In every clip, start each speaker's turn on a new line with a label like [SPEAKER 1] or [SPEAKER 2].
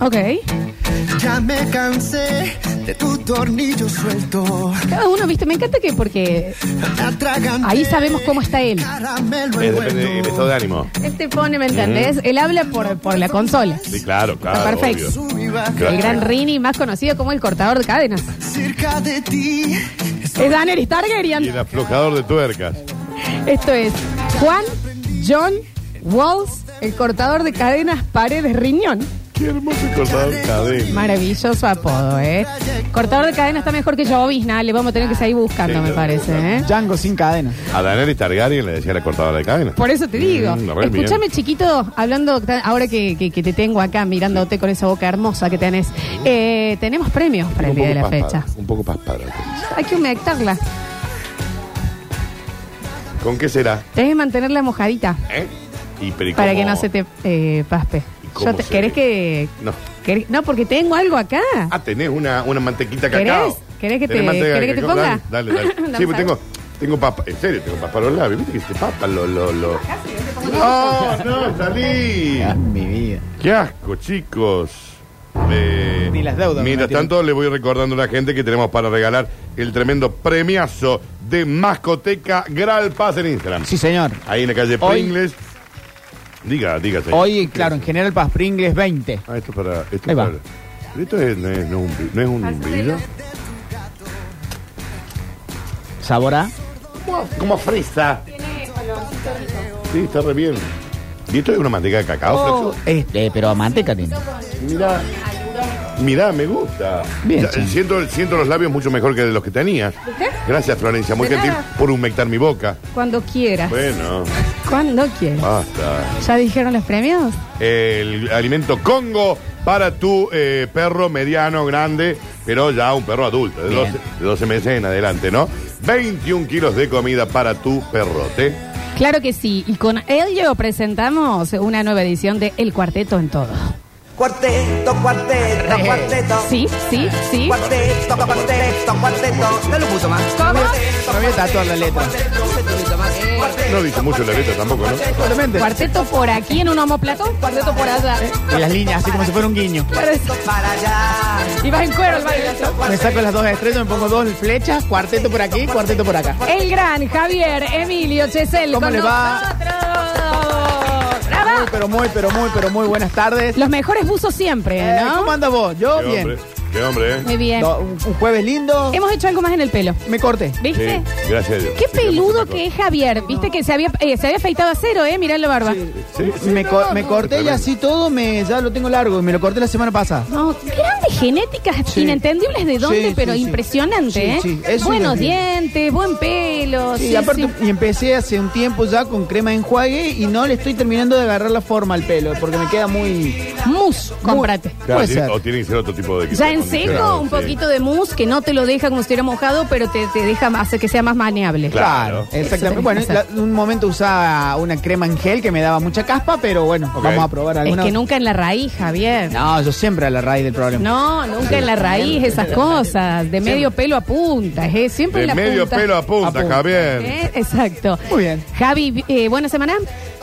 [SPEAKER 1] Ok.
[SPEAKER 2] Ya me cansé de tu tornillo suelto.
[SPEAKER 1] Cada uno, viste, me encanta que porque ahí sabemos cómo está él.
[SPEAKER 2] Caramelo
[SPEAKER 3] Eh, depende del estado de ánimo.
[SPEAKER 1] Él te este pone, ¿me entendés? Él habla por, por la consola.
[SPEAKER 3] Sí, claro, claro.
[SPEAKER 1] perfecto.
[SPEAKER 3] obvio.
[SPEAKER 2] Sub y baja,
[SPEAKER 1] El gran Rini, más conocido como el cortador de cadenas.
[SPEAKER 2] cerca de ti.
[SPEAKER 1] Es Daenerys
[SPEAKER 3] Y el
[SPEAKER 1] Targaryen.
[SPEAKER 3] aflojador de tuercas.
[SPEAKER 1] Esto es Juan John Walls, el cortador de cadenas paredes riñón.
[SPEAKER 3] Qué hermoso cortador de cadena.
[SPEAKER 1] Maravilloso apodo, ¿eh? Cortador de cadenas está mejor que Jovizna, le vamos a tener que seguir buscando,
[SPEAKER 3] Sí,
[SPEAKER 1] me
[SPEAKER 3] claro,
[SPEAKER 1] parece,
[SPEAKER 3] claro.
[SPEAKER 1] ¿eh?
[SPEAKER 4] Django sin cadena.
[SPEAKER 3] A Daenerys Targaryen le decía la cortadora de cadena.
[SPEAKER 1] Por eso te digo.
[SPEAKER 3] Mm, re bien.
[SPEAKER 1] Escúchame, chiquito, hablando ta- ahora que, que- que te tengo acá mirándote con esa boca hermosa que tenés. Eh, tenemos premios para el
[SPEAKER 3] Un
[SPEAKER 1] día de
[SPEAKER 3] poco
[SPEAKER 1] la
[SPEAKER 3] paspada,
[SPEAKER 1] fecha.
[SPEAKER 3] Un poco paspada.
[SPEAKER 1] Hay que humectarla.
[SPEAKER 3] ¿Con qué será?
[SPEAKER 1] Tenés que mantenerla mojadita
[SPEAKER 3] ¿Eh? Y, pero, ¿y
[SPEAKER 1] para
[SPEAKER 3] cómo?
[SPEAKER 1] que no se te eh, paspe.
[SPEAKER 3] ¿Y
[SPEAKER 1] Yo
[SPEAKER 3] cómo
[SPEAKER 1] te-
[SPEAKER 3] se-
[SPEAKER 1] ¿Querés que.?
[SPEAKER 3] No.
[SPEAKER 1] querés- no, porque tengo algo acá.
[SPEAKER 3] Ah, tenés una, una mantequita
[SPEAKER 1] ¿Querés?
[SPEAKER 3] cacao.
[SPEAKER 1] ¿Querés que te-
[SPEAKER 3] ¿Tenés manteca
[SPEAKER 1] querés que te
[SPEAKER 3] cacao?
[SPEAKER 1] ponga?
[SPEAKER 3] Dale, dale. dale. sí,
[SPEAKER 1] Dame
[SPEAKER 3] pues
[SPEAKER 1] sal.
[SPEAKER 3] tengo, tengo papa. En serio, tengo papa a los labios. Viste que se te papa lo, lo, lo. No, no, salí.
[SPEAKER 4] Ah, mi vida.
[SPEAKER 3] Qué asco, chicos. Eh,
[SPEAKER 4] Ni las deudas
[SPEAKER 3] Mientras
[SPEAKER 4] me metieron.
[SPEAKER 3] tanto, le voy recordando a la gente que tenemos para regalar el tremendo premiazo de Mascoteca Gral Paz en Instagram.
[SPEAKER 4] Sí, señor.
[SPEAKER 3] Ahí en la calle
[SPEAKER 4] Hoy-
[SPEAKER 3] Pringles. Diga, dígase.
[SPEAKER 4] Hoy, claro, en general para Pringles 20.
[SPEAKER 3] Ah, esto es para. Esto, es
[SPEAKER 4] Ahí va.
[SPEAKER 3] para- esto es, no, es, no es un, bri- no es un brillo.
[SPEAKER 4] Sabor A.
[SPEAKER 3] Como, como fresa. Sí, está re bien. ¿Y esto es una manteca de cacao,
[SPEAKER 1] Oh,
[SPEAKER 3] Flaxo?
[SPEAKER 4] Este, pero a manteca tiene.
[SPEAKER 3] Mirá. Mirá, me gusta.
[SPEAKER 4] Bien,
[SPEAKER 3] Ya,
[SPEAKER 4] sí.
[SPEAKER 3] siento, siento los labios mucho mejor que los que tenía.
[SPEAKER 1] qué?
[SPEAKER 3] Gracias, Florencia. Muy
[SPEAKER 1] De
[SPEAKER 3] gentil
[SPEAKER 1] nada.
[SPEAKER 3] por humectar mi boca.
[SPEAKER 1] Cuando quieras.
[SPEAKER 3] Bueno,
[SPEAKER 1] Cuando quieras.
[SPEAKER 3] basta.
[SPEAKER 1] ¿Ya dijeron los premios?
[SPEAKER 3] El alimento Congo para tu eh, perro mediano, grande, pero ya un perro adulto, de
[SPEAKER 4] Bien.
[SPEAKER 3] 12, de 12 meses en adelante, ¿no? 21 kilos de comida para tu perrote.
[SPEAKER 1] Claro que sí, y con ello presentamos una nueva edición de El Cuarteto en Todo.
[SPEAKER 5] Cuarteto, cuarteto, cuarteto.
[SPEAKER 1] Sí, sí, sí.
[SPEAKER 5] Cuarteto, cuarteto, cuarteto. No lo puso más.
[SPEAKER 1] ¿Cómo?
[SPEAKER 4] Me voy a tatuar la letra.
[SPEAKER 5] Cuarteto, cuarteto, más. Cuarteto,
[SPEAKER 3] No dice mucho la letra tampoco, ¿no?
[SPEAKER 4] Solamente.
[SPEAKER 1] Cuarteto por aquí en un homoplato, cuarteto por allá.
[SPEAKER 4] Y las líneas, así como si fuera un guiño.
[SPEAKER 5] cuarteto para allá.
[SPEAKER 1] Y vas en cuero el bailazo.
[SPEAKER 4] Me saco las dos estrellas, me pongo dos flechas, cuarteto por aquí, cuarteto por acá.
[SPEAKER 1] El gran Javier Emilio Chesel
[SPEAKER 4] ¿Cómo
[SPEAKER 1] con
[SPEAKER 4] le va?
[SPEAKER 1] nosotros.
[SPEAKER 4] Muy,
[SPEAKER 1] ¡Bravo!
[SPEAKER 4] pero muy, pero muy, pero muy buenas tardes.
[SPEAKER 1] Los mejores buzos siempre,
[SPEAKER 4] Eh, ¿Cómo
[SPEAKER 1] ¿no?
[SPEAKER 4] andas vos? Yo
[SPEAKER 3] Qué
[SPEAKER 4] bien.
[SPEAKER 3] hombre, qué hombre, ¿eh?
[SPEAKER 1] Muy bien.
[SPEAKER 4] No, un, un jueves lindo.
[SPEAKER 1] Hemos hecho algo más en el pelo,
[SPEAKER 4] Me corté.
[SPEAKER 1] ¿viste?
[SPEAKER 3] Sí, gracias a Dios.
[SPEAKER 1] Qué
[SPEAKER 3] Sí,
[SPEAKER 1] peludo
[SPEAKER 3] qué
[SPEAKER 1] que es Javier. Viste que se había, eh, se había afeitado a cero, ¿eh? Mirá la barba.
[SPEAKER 3] Sí, sí.
[SPEAKER 4] Me, co- me corté y así todo me, ya lo tengo largo. y Me lo corté la semana pasada.
[SPEAKER 1] No, grandes genéticas
[SPEAKER 4] Sí.
[SPEAKER 1] inentendibles de dónde,
[SPEAKER 4] Sí,
[SPEAKER 1] pero
[SPEAKER 4] sí, sí.
[SPEAKER 1] impresionante,
[SPEAKER 4] Sí,
[SPEAKER 1] ¿eh?
[SPEAKER 4] sí, eso
[SPEAKER 1] Buenos
[SPEAKER 4] es lo que-
[SPEAKER 1] dientes, buen pelo.
[SPEAKER 4] Sí,
[SPEAKER 1] sí,
[SPEAKER 4] y aparte,
[SPEAKER 1] sí.
[SPEAKER 4] y empecé hace un tiempo ya con crema de enjuague y no le estoy terminando de agarrar la forma al pelo porque me queda muy.
[SPEAKER 1] Mousse, cómprate.
[SPEAKER 3] Claro,
[SPEAKER 4] Puede
[SPEAKER 3] tiene-
[SPEAKER 4] ser.
[SPEAKER 3] O tiene que ser otro tipo de
[SPEAKER 1] Ya en seco, un poquito de mousse que no te lo deja como si estuviera mojado, pero te, te deja más, que sea más maniable.
[SPEAKER 3] Claro.
[SPEAKER 4] exactamente.
[SPEAKER 1] Eso tenés
[SPEAKER 4] Bueno,
[SPEAKER 1] que hacer.
[SPEAKER 4] la- un momento usaba una crema en gel que me daba mucha caspa, pero bueno,
[SPEAKER 3] Ok.
[SPEAKER 4] vamos a probar
[SPEAKER 1] Es
[SPEAKER 4] alguna.
[SPEAKER 1] que nunca en la raíz, Javier.
[SPEAKER 4] No, yo siempre a la raíz del problema.
[SPEAKER 1] No, nunca en la raíz esas cosas. De medio pelo a punta, ¿eh? Siempre en la
[SPEAKER 3] De medio
[SPEAKER 1] punta.
[SPEAKER 3] pelo a punta,
[SPEAKER 4] A punta.
[SPEAKER 3] Javier.
[SPEAKER 1] ¿Eh? Exacto.
[SPEAKER 4] Muy bien.
[SPEAKER 1] Javi, eh, buena semana.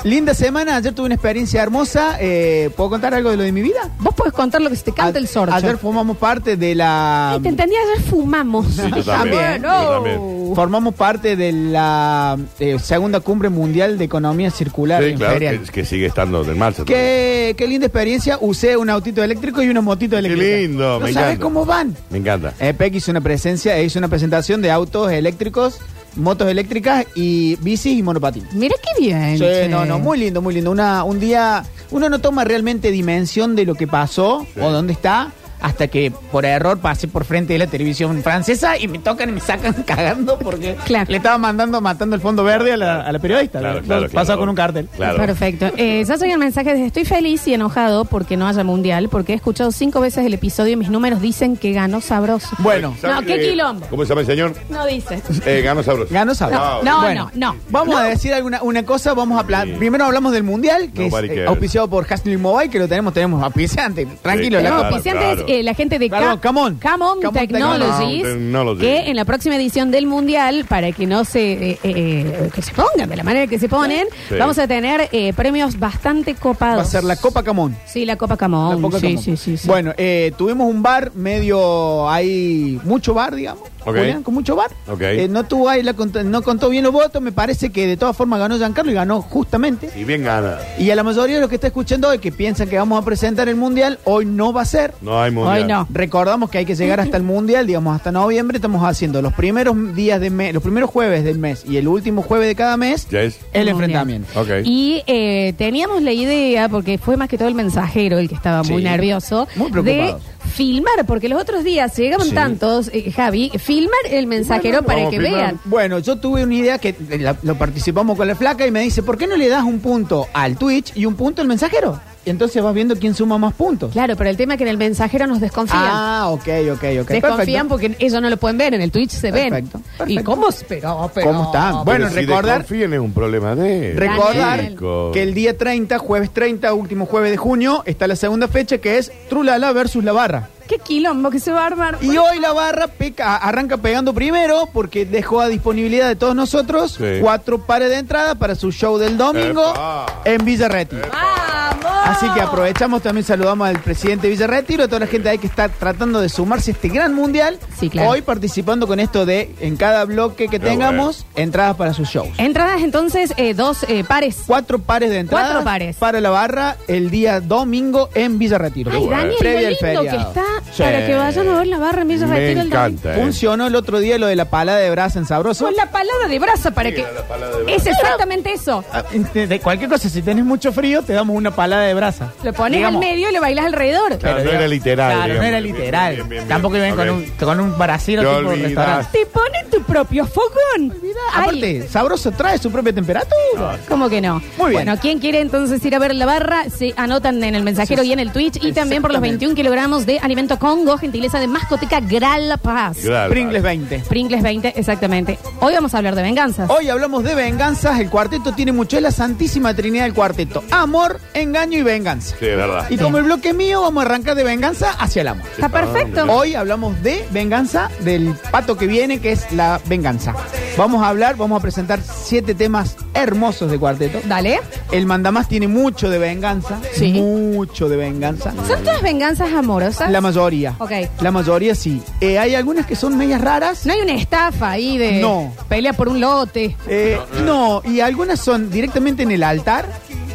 [SPEAKER 4] Linda semana, ayer tuve una experiencia hermosa. eh, ¿Puedo contar algo de lo de mi vida?
[SPEAKER 1] Vos podés contar lo que se te canta
[SPEAKER 4] A-
[SPEAKER 1] el sorcho.
[SPEAKER 4] Ayer formamos parte de la.
[SPEAKER 1] Ay, te entendí, ayer fumamos.
[SPEAKER 3] Sí, yo también.
[SPEAKER 1] Bueno.
[SPEAKER 3] Yo también.
[SPEAKER 4] uh, Formamos parte de la eh, segunda cumbre mundial de economía circular
[SPEAKER 3] Sí,
[SPEAKER 4] en
[SPEAKER 3] claro,
[SPEAKER 4] Ferial.
[SPEAKER 3] que, que sigue estando en marcha.
[SPEAKER 4] Qué, qué linda experiencia. Usé un autito eléctrico y unos motitos
[SPEAKER 3] Qué
[SPEAKER 4] eléctricos.
[SPEAKER 3] lindo,
[SPEAKER 4] ¿No
[SPEAKER 3] me
[SPEAKER 4] sabes
[SPEAKER 3] encanta.
[SPEAKER 4] cómo van?
[SPEAKER 3] Me encanta.
[SPEAKER 1] Eh,
[SPEAKER 4] EPEC hizo una presencia, hizo una presentación de autos eléctricos, motos eléctricas y bicis y monopatines.
[SPEAKER 1] Mira qué bien.
[SPEAKER 4] Sí,
[SPEAKER 1] che.
[SPEAKER 4] no, no, muy lindo, muy lindo. Una, un día, uno no toma realmente dimensión de lo que pasó
[SPEAKER 3] Sí.
[SPEAKER 4] o dónde está hasta que por error pasé por frente de la televisión francesa y me tocan y me sacan cagando porque
[SPEAKER 1] Claro.
[SPEAKER 4] le estaba mandando, matando el fondo verde a la, a la periodista.
[SPEAKER 3] Claro,
[SPEAKER 4] Lo-
[SPEAKER 3] claro,
[SPEAKER 4] lo- pasaba
[SPEAKER 3] claro.
[SPEAKER 4] con un cartel.
[SPEAKER 3] Claro.
[SPEAKER 1] Perfecto. Eh, ya soy el mensaje de estoy feliz y enojado porque no haya mundial, porque he escuchado cinco veces el episodio y mis números dicen que ganó sabroso.
[SPEAKER 4] Bueno,
[SPEAKER 3] ¿Sabe-
[SPEAKER 1] No, qué
[SPEAKER 3] eh,
[SPEAKER 1] quilombo.
[SPEAKER 3] ¿Cómo se llama el señor?
[SPEAKER 1] No dice.
[SPEAKER 3] Eh, Gano Sabroso.
[SPEAKER 4] Ganó Sabroso.
[SPEAKER 3] Wow.
[SPEAKER 1] No, no, no.
[SPEAKER 4] Vamos a decir alguna una cosa, vamos a pla-
[SPEAKER 3] Sí.
[SPEAKER 4] primero hablamos del mundial, que
[SPEAKER 3] Nobody
[SPEAKER 4] es eh,
[SPEAKER 3] cares.
[SPEAKER 4] auspiciado por Hashtag Mobile, que lo tenemos, tenemos auspiciante, tranquilo,
[SPEAKER 3] Sí,
[SPEAKER 4] la
[SPEAKER 1] Tenemos
[SPEAKER 3] claro,
[SPEAKER 4] copa.
[SPEAKER 1] auspiciantes
[SPEAKER 3] claro.
[SPEAKER 1] eh, la gente de
[SPEAKER 4] Perdón,
[SPEAKER 1] Ca-
[SPEAKER 4] Come On. Come On
[SPEAKER 1] Technologies,
[SPEAKER 3] Technologies.
[SPEAKER 1] que en la próxima edición del Mundial, para que no se eh, eh, que se pongan de la manera que se ponen,
[SPEAKER 3] Sí.
[SPEAKER 1] vamos a tener eh, premios bastante copados.
[SPEAKER 4] Va a ser la Copa Camón.
[SPEAKER 1] Sí, la Copa Camón.
[SPEAKER 4] La Copa
[SPEAKER 1] sí,
[SPEAKER 4] Camón.
[SPEAKER 1] sí, sí, sí.
[SPEAKER 4] Bueno, eh, tuvimos un bar medio. Hay mucho bar, digamos.
[SPEAKER 3] Ok.
[SPEAKER 4] Julián, con mucho bar.
[SPEAKER 3] Ok.
[SPEAKER 4] Eh, no tuvo ahí la cont- no contó bien los votos. Me parece que de todas formas ganó Giancarlo y ganó justamente.
[SPEAKER 3] Y bien ganada.
[SPEAKER 4] Y a la mayoría de los que está escuchando hoy que piensan que vamos a presentar el mundial, hoy no va a ser.
[SPEAKER 3] No hay mundial.
[SPEAKER 1] Hoy no.
[SPEAKER 4] Recordamos que hay que llegar hasta el mundial, digamos hasta noviembre. Estamos haciendo los primeros días de mes, los primeros jueves del mes y el último jueves de cada mes,
[SPEAKER 3] Yes.
[SPEAKER 1] Mundial.
[SPEAKER 4] el enfrentamiento.
[SPEAKER 3] Ok.
[SPEAKER 1] Y eh, teníamos la idea, porque fue más que todo el mensajero el que estaba muy
[SPEAKER 4] Sí.
[SPEAKER 1] nervioso,
[SPEAKER 4] Muy
[SPEAKER 1] de
[SPEAKER 4] preocupado.
[SPEAKER 1] filmar, porque los otros días llegaban
[SPEAKER 4] Sí.
[SPEAKER 1] tantos, eh, Javi, filmar el mensajero
[SPEAKER 3] Bueno,
[SPEAKER 1] para
[SPEAKER 3] vamos
[SPEAKER 1] que
[SPEAKER 3] a filmar.
[SPEAKER 1] vean.
[SPEAKER 4] Bueno, yo tuve una idea que eh, la- lo participamos con la flaca y me dice, ¿por qué no le das un punto al Twitch y un punto al mensajero? Y entonces vas viendo quién suma más puntos.
[SPEAKER 1] Claro, pero el tema es que en el mensajero nos desconfían.
[SPEAKER 4] Ah, ok, ok, ok.
[SPEAKER 1] Desconfían
[SPEAKER 4] perfecto.
[SPEAKER 1] porque ellos no lo pueden ver, en el Twitch se
[SPEAKER 4] Perfecto,
[SPEAKER 1] ven. ¿Y
[SPEAKER 4] perfecto.
[SPEAKER 1] cómo? Pero, pero-
[SPEAKER 4] ¿Cómo están?
[SPEAKER 3] Bueno,
[SPEAKER 4] Bueno,
[SPEAKER 3] Ah, si
[SPEAKER 4] recordar,
[SPEAKER 3] desconfían es un problema de... él.
[SPEAKER 4] recordar
[SPEAKER 3] Chicos.
[SPEAKER 4] que el día 30, jueves 30, último jueves de junio, está la segunda fecha que es Trulala versus La Barra.
[SPEAKER 1] Qué quilombo que se va a armar.
[SPEAKER 4] Y hoy La Barra peca- arranca pegando primero porque dejó a disponibilidad de todos nosotros
[SPEAKER 3] Sí.
[SPEAKER 4] cuatro pares de entrada para su show del domingo
[SPEAKER 3] Epa.
[SPEAKER 4] en Villa Reti.
[SPEAKER 1] ¡Vamos!
[SPEAKER 4] Así que aprovechamos, también saludamos al presidente de Villa Retiro, a toda la gente ahí que está tratando de sumarse a este gran mundial.
[SPEAKER 1] Sí, claro.
[SPEAKER 4] Hoy participando con esto de, en cada bloque
[SPEAKER 3] Qué
[SPEAKER 4] que tengamos, entradas para sus shows.
[SPEAKER 1] Entradas entonces, eh, dos eh, pares.
[SPEAKER 4] Cuatro pares de entradas
[SPEAKER 1] Cuatro pares.
[SPEAKER 4] para la barra el día domingo en Villa Retiro.
[SPEAKER 1] Ay, Daniel,
[SPEAKER 4] Previa
[SPEAKER 1] qué
[SPEAKER 4] al
[SPEAKER 1] lindo que
[SPEAKER 4] feriado.
[SPEAKER 1] está
[SPEAKER 3] Sí.
[SPEAKER 1] para que vayan a ver la barra en Villa
[SPEAKER 3] Me
[SPEAKER 1] Retiro el domingo.
[SPEAKER 3] encanta.
[SPEAKER 4] Funcionó el otro día lo de la palada de brasa en Sabroso.
[SPEAKER 1] Con la palada de brasa para
[SPEAKER 3] Sí,
[SPEAKER 1] que...
[SPEAKER 3] la palada de
[SPEAKER 1] Es
[SPEAKER 3] brasa.
[SPEAKER 1] exactamente eso.
[SPEAKER 4] Ah, De de cualquier cosa, si tenés mucho frío, te damos una palada de brasa.
[SPEAKER 1] Lo pones
[SPEAKER 4] Digamos.
[SPEAKER 1] al medio y lo bailas alrededor.
[SPEAKER 3] Claro, no era literal,
[SPEAKER 4] Claro,
[SPEAKER 3] digamos.
[SPEAKER 4] no era
[SPEAKER 3] Bien,
[SPEAKER 4] literal.
[SPEAKER 3] bien, bien, bien.
[SPEAKER 4] Tampoco iban con,
[SPEAKER 3] Ok.
[SPEAKER 4] un, con un baracero
[SPEAKER 3] Te
[SPEAKER 4] tipo
[SPEAKER 3] olvidas.
[SPEAKER 4] restaurante.
[SPEAKER 1] Te pones tu propio fogón. Ay,
[SPEAKER 4] Aparte, sabroso trae su propia temperatura.
[SPEAKER 1] ¿Cómo que no?
[SPEAKER 4] Muy bien.
[SPEAKER 1] Bueno, quien quiere entonces ir a ver la barra, se anotan en el mensajero y en el Twitch y también por los
[SPEAKER 4] Exactamente.
[SPEAKER 1] 21 kilogramos de alimento Congo, gentileza de mascoteca Gral Paz.
[SPEAKER 3] Claro.
[SPEAKER 4] Pringles 20.
[SPEAKER 1] Pringles 20, exactamente. Hoy vamos a hablar de venganzas.
[SPEAKER 4] Hoy hablamos de venganzas. El cuarteto tiene mucho es la santísima trinidad del cuarteto. Amor, engaño y venganza.
[SPEAKER 3] Sí, es verdad.
[SPEAKER 4] Y como el bloque mío, vamos a arrancar de venganza hacia el amor.
[SPEAKER 3] Ah,
[SPEAKER 1] Está perfecto.
[SPEAKER 4] Hoy hablamos de venganza, del pato que viene, que es la venganza. Vamos a hablar, vamos a presentar siete temas hermosos de cuarteto.
[SPEAKER 1] Dale.
[SPEAKER 4] El mandamás tiene mucho de venganza.
[SPEAKER 1] Sí.
[SPEAKER 4] Mucho de venganza.
[SPEAKER 1] ¿Son todas venganzas amorosas?
[SPEAKER 4] La mayoría.
[SPEAKER 1] Ok.
[SPEAKER 4] La mayoría sí. Eh, hay algunas que son medias raras.
[SPEAKER 1] No hay una estafa ahí de
[SPEAKER 4] No.
[SPEAKER 1] pelea por un lote.
[SPEAKER 4] Eh, no, y algunas son directamente en el altar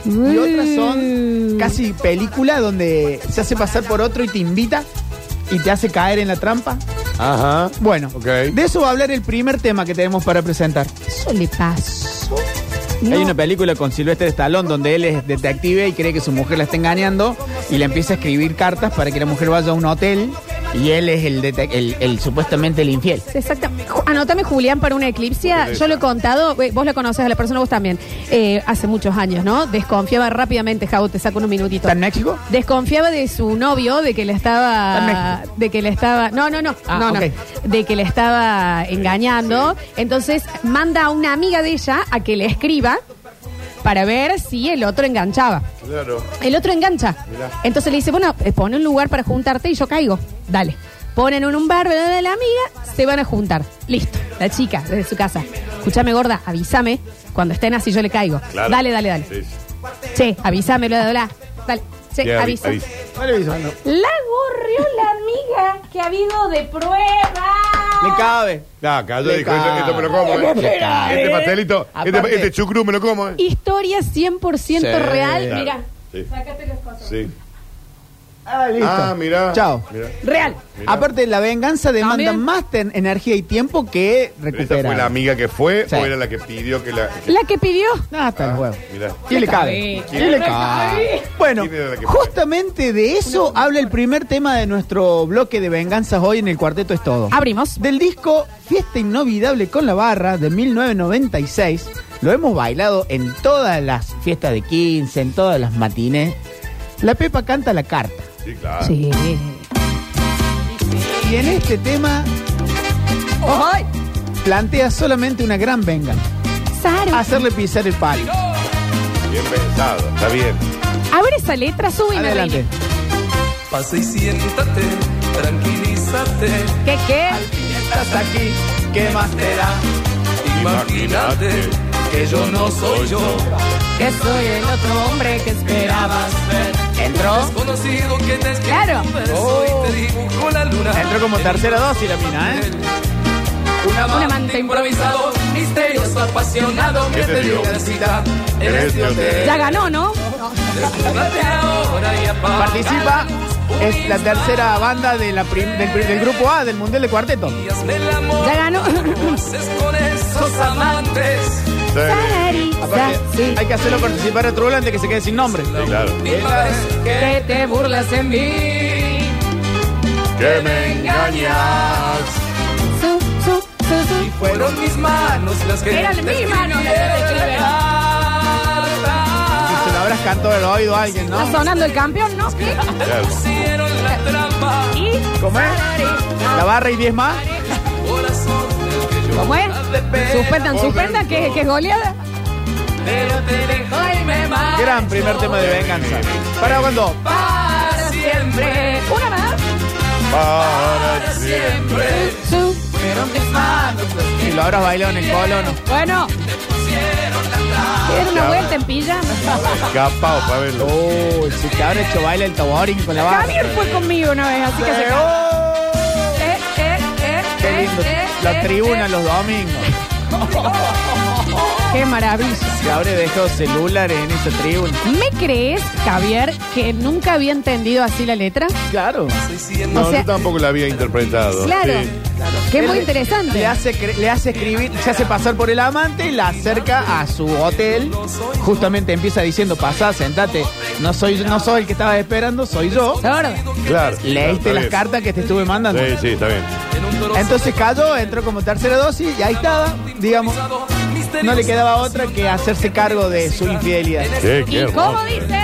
[SPEAKER 4] y otras son casi película donde se hace pasar por otro y te invita y te hace caer en la trampa.
[SPEAKER 3] Ajá.
[SPEAKER 4] Bueno,
[SPEAKER 3] Ok.
[SPEAKER 4] de eso va a hablar el primer tema que tenemos para presentar.
[SPEAKER 1] Eso le pasó. No.
[SPEAKER 4] Hay una película con Silvestre Stallone donde él es detective y cree que su mujer la está engañando y le empieza a escribir cartas para que la mujer vaya a un hotel y él es el, detec- el- el supuestamente el infiel.
[SPEAKER 1] Exactamente. Ju- Anótame, Julián, para una eclipsia. Yo lo he contado, eh, vos lo conoces a la persona, vos también. Eh, hace muchos años, ¿no? Desconfiaba rápidamente, Javo, te saco unos minutitos.
[SPEAKER 4] ¿Está en México?
[SPEAKER 1] Desconfiaba de su novio, de que le
[SPEAKER 4] Está en
[SPEAKER 1] estaba. De que le estaba. No, no, no.
[SPEAKER 4] Ah,
[SPEAKER 1] no, no.
[SPEAKER 4] ok.
[SPEAKER 1] De que le estaba engañando. Entonces manda a una amiga de ella a que le escriba para ver si el otro enganchaba.
[SPEAKER 3] Claro.
[SPEAKER 1] El otro engancha.
[SPEAKER 3] Mirá.
[SPEAKER 1] Entonces le dice, bueno, eh, pone un lugar para juntarte y yo caigo. Dale. Ponen en un bar, ¿verdad? De la amiga, se van a juntar. Listo. La chica, desde su casa. Escúchame, gorda, avísame. Cuando estén así yo le caigo.
[SPEAKER 3] Claro.
[SPEAKER 1] Dale, dale, dale.
[SPEAKER 3] Sí, sí.
[SPEAKER 1] Che, avísame, bla, bla, bla. Dale. Che,
[SPEAKER 3] Sí, avi-
[SPEAKER 1] avisa.
[SPEAKER 3] avisa.
[SPEAKER 1] La gorrió la amiga que ha habido de prueba.
[SPEAKER 4] Le cabe.
[SPEAKER 3] Ah, cayó
[SPEAKER 4] Le
[SPEAKER 3] y dijo, esto,
[SPEAKER 4] cae.
[SPEAKER 3] esto me lo como.
[SPEAKER 4] Le
[SPEAKER 3] eh.
[SPEAKER 4] cae.
[SPEAKER 3] Este pastelito, este,
[SPEAKER 4] Aparte-
[SPEAKER 3] este chucrú me lo como. Eh.
[SPEAKER 1] Historia 100% real.
[SPEAKER 3] Claro.
[SPEAKER 1] Mira.
[SPEAKER 3] Sí.
[SPEAKER 1] Sácate los cosas.
[SPEAKER 3] Sí.
[SPEAKER 4] Ah, listo.
[SPEAKER 3] Ah, mirá.
[SPEAKER 4] Chao.
[SPEAKER 3] Mirá.
[SPEAKER 1] Real.
[SPEAKER 3] Mirá.
[SPEAKER 4] Aparte, la venganza demanda
[SPEAKER 1] También.
[SPEAKER 4] más ten- energía y tiempo que
[SPEAKER 3] Pero ¿Esta
[SPEAKER 4] recuperar.
[SPEAKER 3] fue la amiga que fue
[SPEAKER 4] Sí.
[SPEAKER 3] o era la que pidió que la...
[SPEAKER 1] La que pidió.
[SPEAKER 4] Ah, hasta el huevo.
[SPEAKER 3] Mirá.
[SPEAKER 4] ¿Quién le
[SPEAKER 1] Le
[SPEAKER 4] cabe?
[SPEAKER 1] cabe.
[SPEAKER 4] ¿Quién le
[SPEAKER 1] Le
[SPEAKER 4] cabe?
[SPEAKER 1] cabe.
[SPEAKER 4] Bueno,
[SPEAKER 3] ¿Quién era la que fue?
[SPEAKER 4] justamente de eso habla el primer tema de nuestro bloque de venganzas hoy en el Cuarteto Es Todo.
[SPEAKER 1] Abrimos.
[SPEAKER 4] Del disco Fiesta Inolvidable con la Barra de 1996, lo hemos bailado en todas las fiestas de 15, en todas las matines. La Pepa canta la carta.
[SPEAKER 3] Sí, claro.
[SPEAKER 1] Sí.
[SPEAKER 4] Y en este tema
[SPEAKER 1] ¡Ay!
[SPEAKER 4] plantea solamente una gran venganza.
[SPEAKER 1] Sara.
[SPEAKER 4] Hacerle pisar el palo.
[SPEAKER 3] Bien pensado. Está bien.
[SPEAKER 1] A ver esa letra, súbeme,
[SPEAKER 4] Adelante.
[SPEAKER 1] Rini.
[SPEAKER 6] Pasa y siéntate, tranquilízate.
[SPEAKER 1] ¿Qué qué?
[SPEAKER 6] Al fin estás aquí, ¿qué más te da? Imagínate que yo no soy yo.
[SPEAKER 1] Que soy el otro hombre que
[SPEAKER 6] Esperabas ver.
[SPEAKER 4] Entró.
[SPEAKER 6] Desconocido que te escribió
[SPEAKER 1] Claro.
[SPEAKER 6] un verso y te dibujó la luna.
[SPEAKER 4] Oh. Entró como tercera dosis la mina, ¿eh?
[SPEAKER 6] Un amante,
[SPEAKER 1] amante
[SPEAKER 6] improvisado, misterioso, apasionado, que te dio una cita en
[SPEAKER 3] En
[SPEAKER 6] este
[SPEAKER 3] este
[SPEAKER 6] hotel.
[SPEAKER 1] Ya ganó, ¿no?
[SPEAKER 6] Desnúdate ahora y apaga
[SPEAKER 4] Participa, es la tercera banda de la prim- del, pri- del grupo A del Mundial de Cuarteto.
[SPEAKER 6] Y hazme el amor
[SPEAKER 1] Ya ganó.
[SPEAKER 6] como haces con esos amantes.
[SPEAKER 4] Aparte,
[SPEAKER 1] Sí.
[SPEAKER 4] hay que hacerlo participar a Trubel antes que se quede sin nombre.
[SPEAKER 3] Sí, claro.
[SPEAKER 6] Última vez que
[SPEAKER 1] te burlas en mí.
[SPEAKER 3] Que me engañas.
[SPEAKER 1] Su, su, su, su.
[SPEAKER 6] fueron mis manos las que
[SPEAKER 1] Eran mis
[SPEAKER 6] escribieron
[SPEAKER 1] manos las que te escribieron.
[SPEAKER 6] la
[SPEAKER 4] Se lo habrás cantado el oído a alguien, ¿no?
[SPEAKER 1] Está sonando el campeón, ¿no? ¿Qué?
[SPEAKER 3] Claro.
[SPEAKER 6] Pusieron la trampa,
[SPEAKER 1] ¿Y?
[SPEAKER 4] ¿Cómo es? La barra y diez más.
[SPEAKER 6] corazón del que yo
[SPEAKER 1] ¿Cómo es? Suspendan, suspendan, que, que es goleada.
[SPEAKER 6] pero te dejó y me marcho.
[SPEAKER 4] Gran primer tema de venganza. Para cuando.
[SPEAKER 6] para siempre.
[SPEAKER 1] Eh, Una más.
[SPEAKER 3] Para siempre.
[SPEAKER 1] Su.
[SPEAKER 6] Fueron mis manos las
[SPEAKER 4] Si lo habrás bailado en el colo, no.
[SPEAKER 1] Bueno. Quiero una vuelta en pijama.
[SPEAKER 3] Escapado para verlo.
[SPEAKER 4] Uy, si te habrá hecho baile el taborín con la barra.
[SPEAKER 1] Javier fue conmigo una vez, así que se Eh, eh, eh,
[SPEAKER 4] oh. Qué
[SPEAKER 1] eh,
[SPEAKER 4] lindo.
[SPEAKER 1] eh, eh,
[SPEAKER 4] La tribuna
[SPEAKER 1] eh.
[SPEAKER 4] los domingos.
[SPEAKER 1] Qué maravilla.
[SPEAKER 4] Se habré dejado celulares en esa tribuna.
[SPEAKER 1] ¿Me crees, Javier, que nunca había entendido así la letra?
[SPEAKER 4] Claro.
[SPEAKER 6] estoy siendo.
[SPEAKER 3] No,
[SPEAKER 1] o sea-
[SPEAKER 3] yo tampoco la había interpretado.
[SPEAKER 1] Claro.
[SPEAKER 3] Sí.
[SPEAKER 1] Que es muy
[SPEAKER 4] Él Le
[SPEAKER 1] interesante.
[SPEAKER 4] hace, cre- le hace escribir, se hace pasar por el amante y la acerca a su hotel. Justamente empieza diciendo, pasá, sentate. No soy, no soy el que estabas esperando, soy yo.
[SPEAKER 1] Sorda.
[SPEAKER 3] Claro.
[SPEAKER 4] Leíste
[SPEAKER 3] Está
[SPEAKER 4] las
[SPEAKER 3] bien.
[SPEAKER 4] cartas que te estuve mandando.
[SPEAKER 3] Sí, sí, está bien.
[SPEAKER 4] Entonces cayó, entró como tercera dosis y ahí estaba, digamos, no le quedaba otra que hacerse cargo de su infidelidad.
[SPEAKER 6] este
[SPEAKER 3] Sí, qué
[SPEAKER 1] ¿Y
[SPEAKER 3] hermoso.
[SPEAKER 1] cómo dice?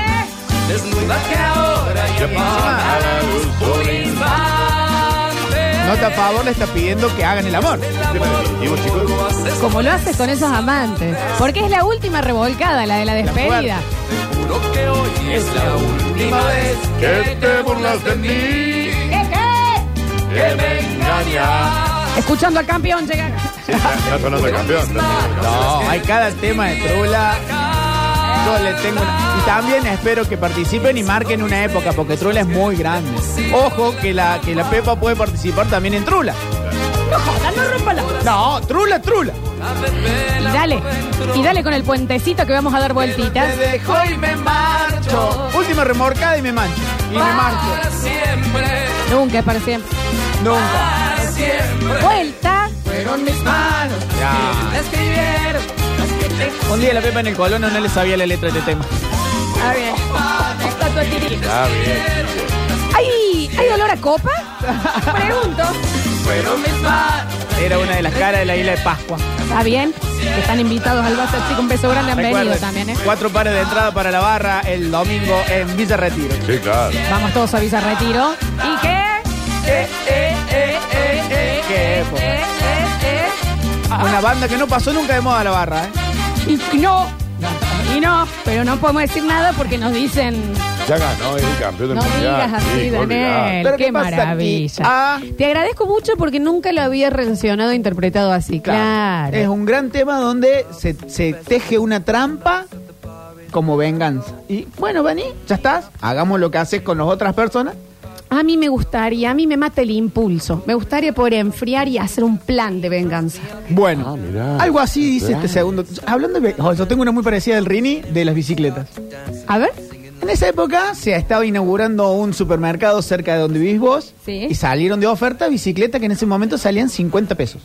[SPEAKER 6] Desnúdate ahora y
[SPEAKER 3] Ya
[SPEAKER 6] apaga
[SPEAKER 3] apaga la luz,
[SPEAKER 6] un
[SPEAKER 3] sobre-
[SPEAKER 6] instante.
[SPEAKER 4] Nota a favor le está pidiendo que hagan el amor.
[SPEAKER 3] Tema definitivo, chicos.
[SPEAKER 6] Haces
[SPEAKER 1] Como lo haces con esos amantes. Porque es la última revolcada, la de la despedida.
[SPEAKER 6] Juro que hoy es la última vez
[SPEAKER 3] Que te burlas de mí.
[SPEAKER 1] ¿Qué, qué?
[SPEAKER 3] Que me engañas.
[SPEAKER 1] eh. Escuchando al campeón llegar.
[SPEAKER 3] Sí, está, está sonando el campeón. está sonando el campeón.
[SPEAKER 4] No, Oh, hay cada tema de Trula. Yo le tengo una- Y también espero que participen y marquen una época, porque Trula es muy grande. Ojo que la, que la Pepa puede participar también en Trula.
[SPEAKER 1] No jodan, no rompan la-
[SPEAKER 4] No, Trula, Trula.
[SPEAKER 1] Y dale. Y dale con el puentecito que vamos a dar vueltitas.
[SPEAKER 4] Te dejo y me marcho. Última remorcada y me mancho. Y me marcho.
[SPEAKER 6] para siempre,
[SPEAKER 1] Nunca es para siempre.
[SPEAKER 4] Nunca.
[SPEAKER 6] para siempre.
[SPEAKER 1] Vuelta.
[SPEAKER 4] Fueron mis manos. Ya.
[SPEAKER 6] Escribieron las que te
[SPEAKER 4] Un día la Pepa en el colono no le sabía la letra de este tema.
[SPEAKER 1] A ver. Está todo tirito.
[SPEAKER 3] Está Ah, bien.
[SPEAKER 1] ¿Hay, ¿Hay olor a copa? Pregunto.
[SPEAKER 6] fueron mis manos.
[SPEAKER 4] Era una de las caras de la isla de Pascua.
[SPEAKER 1] Está bien. Están invitados al vaso chico. Un beso grande. Han venido
[SPEAKER 4] Recuerden,
[SPEAKER 1] también, ¿eh?
[SPEAKER 4] Cuatro pares de entrada para la barra el domingo en Villa Retiro.
[SPEAKER 3] Sí, claro.
[SPEAKER 1] Vamos todos a Visa Retiro. ¿Y qué? Eh, eh, eh, eh, eh,
[SPEAKER 4] Qué época.
[SPEAKER 1] eh, eh,
[SPEAKER 4] Una banda que no pasó nunca de moda la barra, ¿eh?
[SPEAKER 1] eh. Y no. Y no. Pero no podemos decir nada porque nos dicen.
[SPEAKER 3] Ya ganó es el campeón del
[SPEAKER 1] No
[SPEAKER 3] mundial.
[SPEAKER 1] digas así,
[SPEAKER 3] chico, olvidate.
[SPEAKER 1] Daniel.
[SPEAKER 4] Pero
[SPEAKER 1] Qué
[SPEAKER 4] ¿qué pasa aquí?
[SPEAKER 1] maravilla.
[SPEAKER 4] Ah.
[SPEAKER 1] Te agradezco mucho porque nunca lo había relacionado, interpretado así. Claro.
[SPEAKER 4] Es un gran tema donde se, se teje una trampa como venganza. Y bueno, vení, ya estás. Hagamos lo que haces con las otras personas.
[SPEAKER 1] A mí me gustaría, a mí me mata el impulso. Me gustaría poder enfriar y hacer un plan de venganza.
[SPEAKER 4] Bueno,
[SPEAKER 3] Ah, mirá.
[SPEAKER 4] algo así dice este segundo. Hablando de. oh, yo tengo una muy parecida del Rini de las bicicletas.
[SPEAKER 1] A ver.
[SPEAKER 4] En esa época se estaba inaugurando un supermercado cerca de donde vivís vos
[SPEAKER 1] Sí.
[SPEAKER 4] y salieron de oferta bicicletas que en ese momento salían 50 pesos.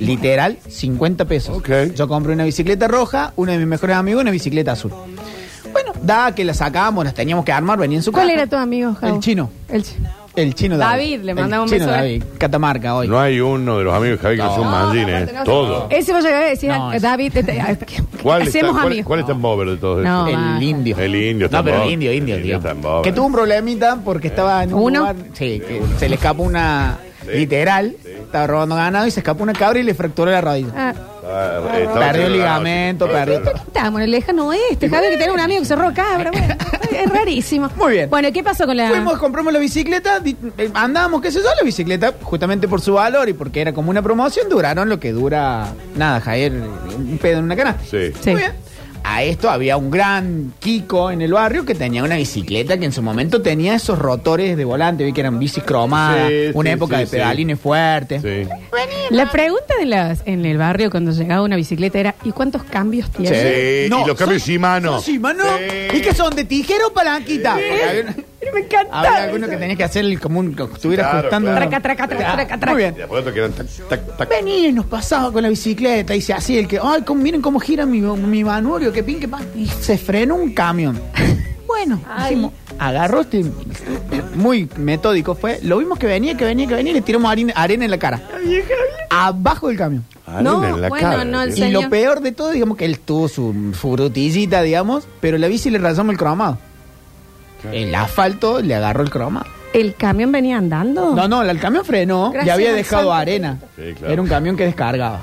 [SPEAKER 4] Literal, 50 pesos.
[SPEAKER 3] Ok.
[SPEAKER 4] Yo compré una bicicleta roja, uno de mis mejores amigos una bicicleta azul. Bueno, da que la sacábamos, las teníamos que armar, venía en su
[SPEAKER 1] ¿Cuál
[SPEAKER 4] caja.
[SPEAKER 1] era tu amigo, Javo?
[SPEAKER 4] El chino.
[SPEAKER 1] El chino.
[SPEAKER 4] El chino David.
[SPEAKER 1] David, le mandamos un
[SPEAKER 4] El chino
[SPEAKER 1] beso, ¿eh?
[SPEAKER 4] David, Catamarca hoy.
[SPEAKER 3] No hay uno de los amigos de Javier que no. son mandines.
[SPEAKER 1] no, no,
[SPEAKER 3] ¿eh? Todo.
[SPEAKER 1] Ese va a llegar a decir,
[SPEAKER 4] No, es-
[SPEAKER 1] David, te- te-
[SPEAKER 3] ¿Cuál está,
[SPEAKER 1] hacemos
[SPEAKER 3] cuál,
[SPEAKER 1] amigos. Ah,
[SPEAKER 3] cuál está en bober de todos
[SPEAKER 1] No.
[SPEAKER 3] esos?
[SPEAKER 1] Ah.
[SPEAKER 4] El indio.
[SPEAKER 3] El indio está
[SPEAKER 4] No, pero
[SPEAKER 3] en
[SPEAKER 4] el indio,
[SPEAKER 3] boga.
[SPEAKER 4] indio,
[SPEAKER 3] El indio Eh.
[SPEAKER 4] digamos.
[SPEAKER 3] está en boga.
[SPEAKER 4] Que tuvo un problemita porque estaba en un
[SPEAKER 1] ¿Uno?
[SPEAKER 4] lugar- Sí, que se le escapó una. Literal. Estaba robando ganado y se escapó una cabra y le fracturó la rodilla.
[SPEAKER 1] Ah,
[SPEAKER 3] Ah, eh, estaba
[SPEAKER 4] perdió el
[SPEAKER 3] haciendo la noche.
[SPEAKER 4] ligamento, perdió.
[SPEAKER 1] estamos en el lejano oeste, Javier, que tiene un amigo que cerró cabra. Bueno, está bien. es rarísimo.
[SPEAKER 4] Muy bien.
[SPEAKER 1] Bueno, ¿qué pasó con la.?
[SPEAKER 4] Fuimos, compramos la bicicleta, di- eh, andábamos, qué sé yo, la bicicleta, justamente por su valor y porque era como una promoción, duraron lo que dura, nada, Javier, un pedo en una canasta.
[SPEAKER 3] Sí.
[SPEAKER 1] Sí.
[SPEAKER 4] Muy bien. A esto había un gran Kiko en el barrio que tenía una bicicleta que en su momento tenía esos rotores de volante, vi que eran bicis cromadas,
[SPEAKER 3] Sí,
[SPEAKER 4] una
[SPEAKER 3] sí,
[SPEAKER 4] época
[SPEAKER 3] sí,
[SPEAKER 4] de
[SPEAKER 3] sí.
[SPEAKER 4] pedalines fuertes. Eh,
[SPEAKER 3] Sí.
[SPEAKER 1] La pregunta de las, en el barrio cuando llegaba una bicicleta era: ¿y cuántos cambios
[SPEAKER 4] Sí.
[SPEAKER 1] tiene?
[SPEAKER 3] Sí, Eh, y los cambios
[SPEAKER 4] son-
[SPEAKER 3] Shimano.
[SPEAKER 4] son Shimano.
[SPEAKER 3] Sí.
[SPEAKER 4] ¿Y que son? ¿De tijera o palanquita? Porque había una-
[SPEAKER 1] Pero Me encanta.
[SPEAKER 4] Había alguno que tenía que hacer el común, que estuviera
[SPEAKER 3] Claro,
[SPEAKER 4] ajustando.
[SPEAKER 3] claro.
[SPEAKER 1] Traca, traca, traca,
[SPEAKER 4] Ah,
[SPEAKER 1] traca, traca.
[SPEAKER 4] Muy
[SPEAKER 3] Y
[SPEAKER 4] bien.
[SPEAKER 3] después otro que eran tac, tac, tac.
[SPEAKER 4] Venía y nos pasaba con la bicicleta y se hacía el que, ay, cómo- miren cómo gira mi, mi manubrio, qué pin, qué pan. Y se frenó un camión. Bueno, dijimos, agarró este, muy metódico fue, lo vimos que venía, que venía, que venía y le tiramos harina- arena en la cara. Abajo del camión.
[SPEAKER 3] Arena
[SPEAKER 1] No,
[SPEAKER 3] en la
[SPEAKER 1] bueno,
[SPEAKER 3] cara,
[SPEAKER 1] no,
[SPEAKER 3] ¿eh?
[SPEAKER 1] el
[SPEAKER 4] Y
[SPEAKER 1] Señor.
[SPEAKER 4] lo peor de todo, digamos que él tuvo su frutillita, digamos, pero la bici le rayamos el cromado. El asfalto le agarró el cromado.
[SPEAKER 1] ¿El camión venía andando?
[SPEAKER 4] No, no, el camión frenó y
[SPEAKER 1] Oh. Gracias
[SPEAKER 4] había
[SPEAKER 1] al
[SPEAKER 4] dejado
[SPEAKER 1] santo
[SPEAKER 4] arena.
[SPEAKER 3] Cristo. Sí, claro.
[SPEAKER 4] Era un camión que descargaba.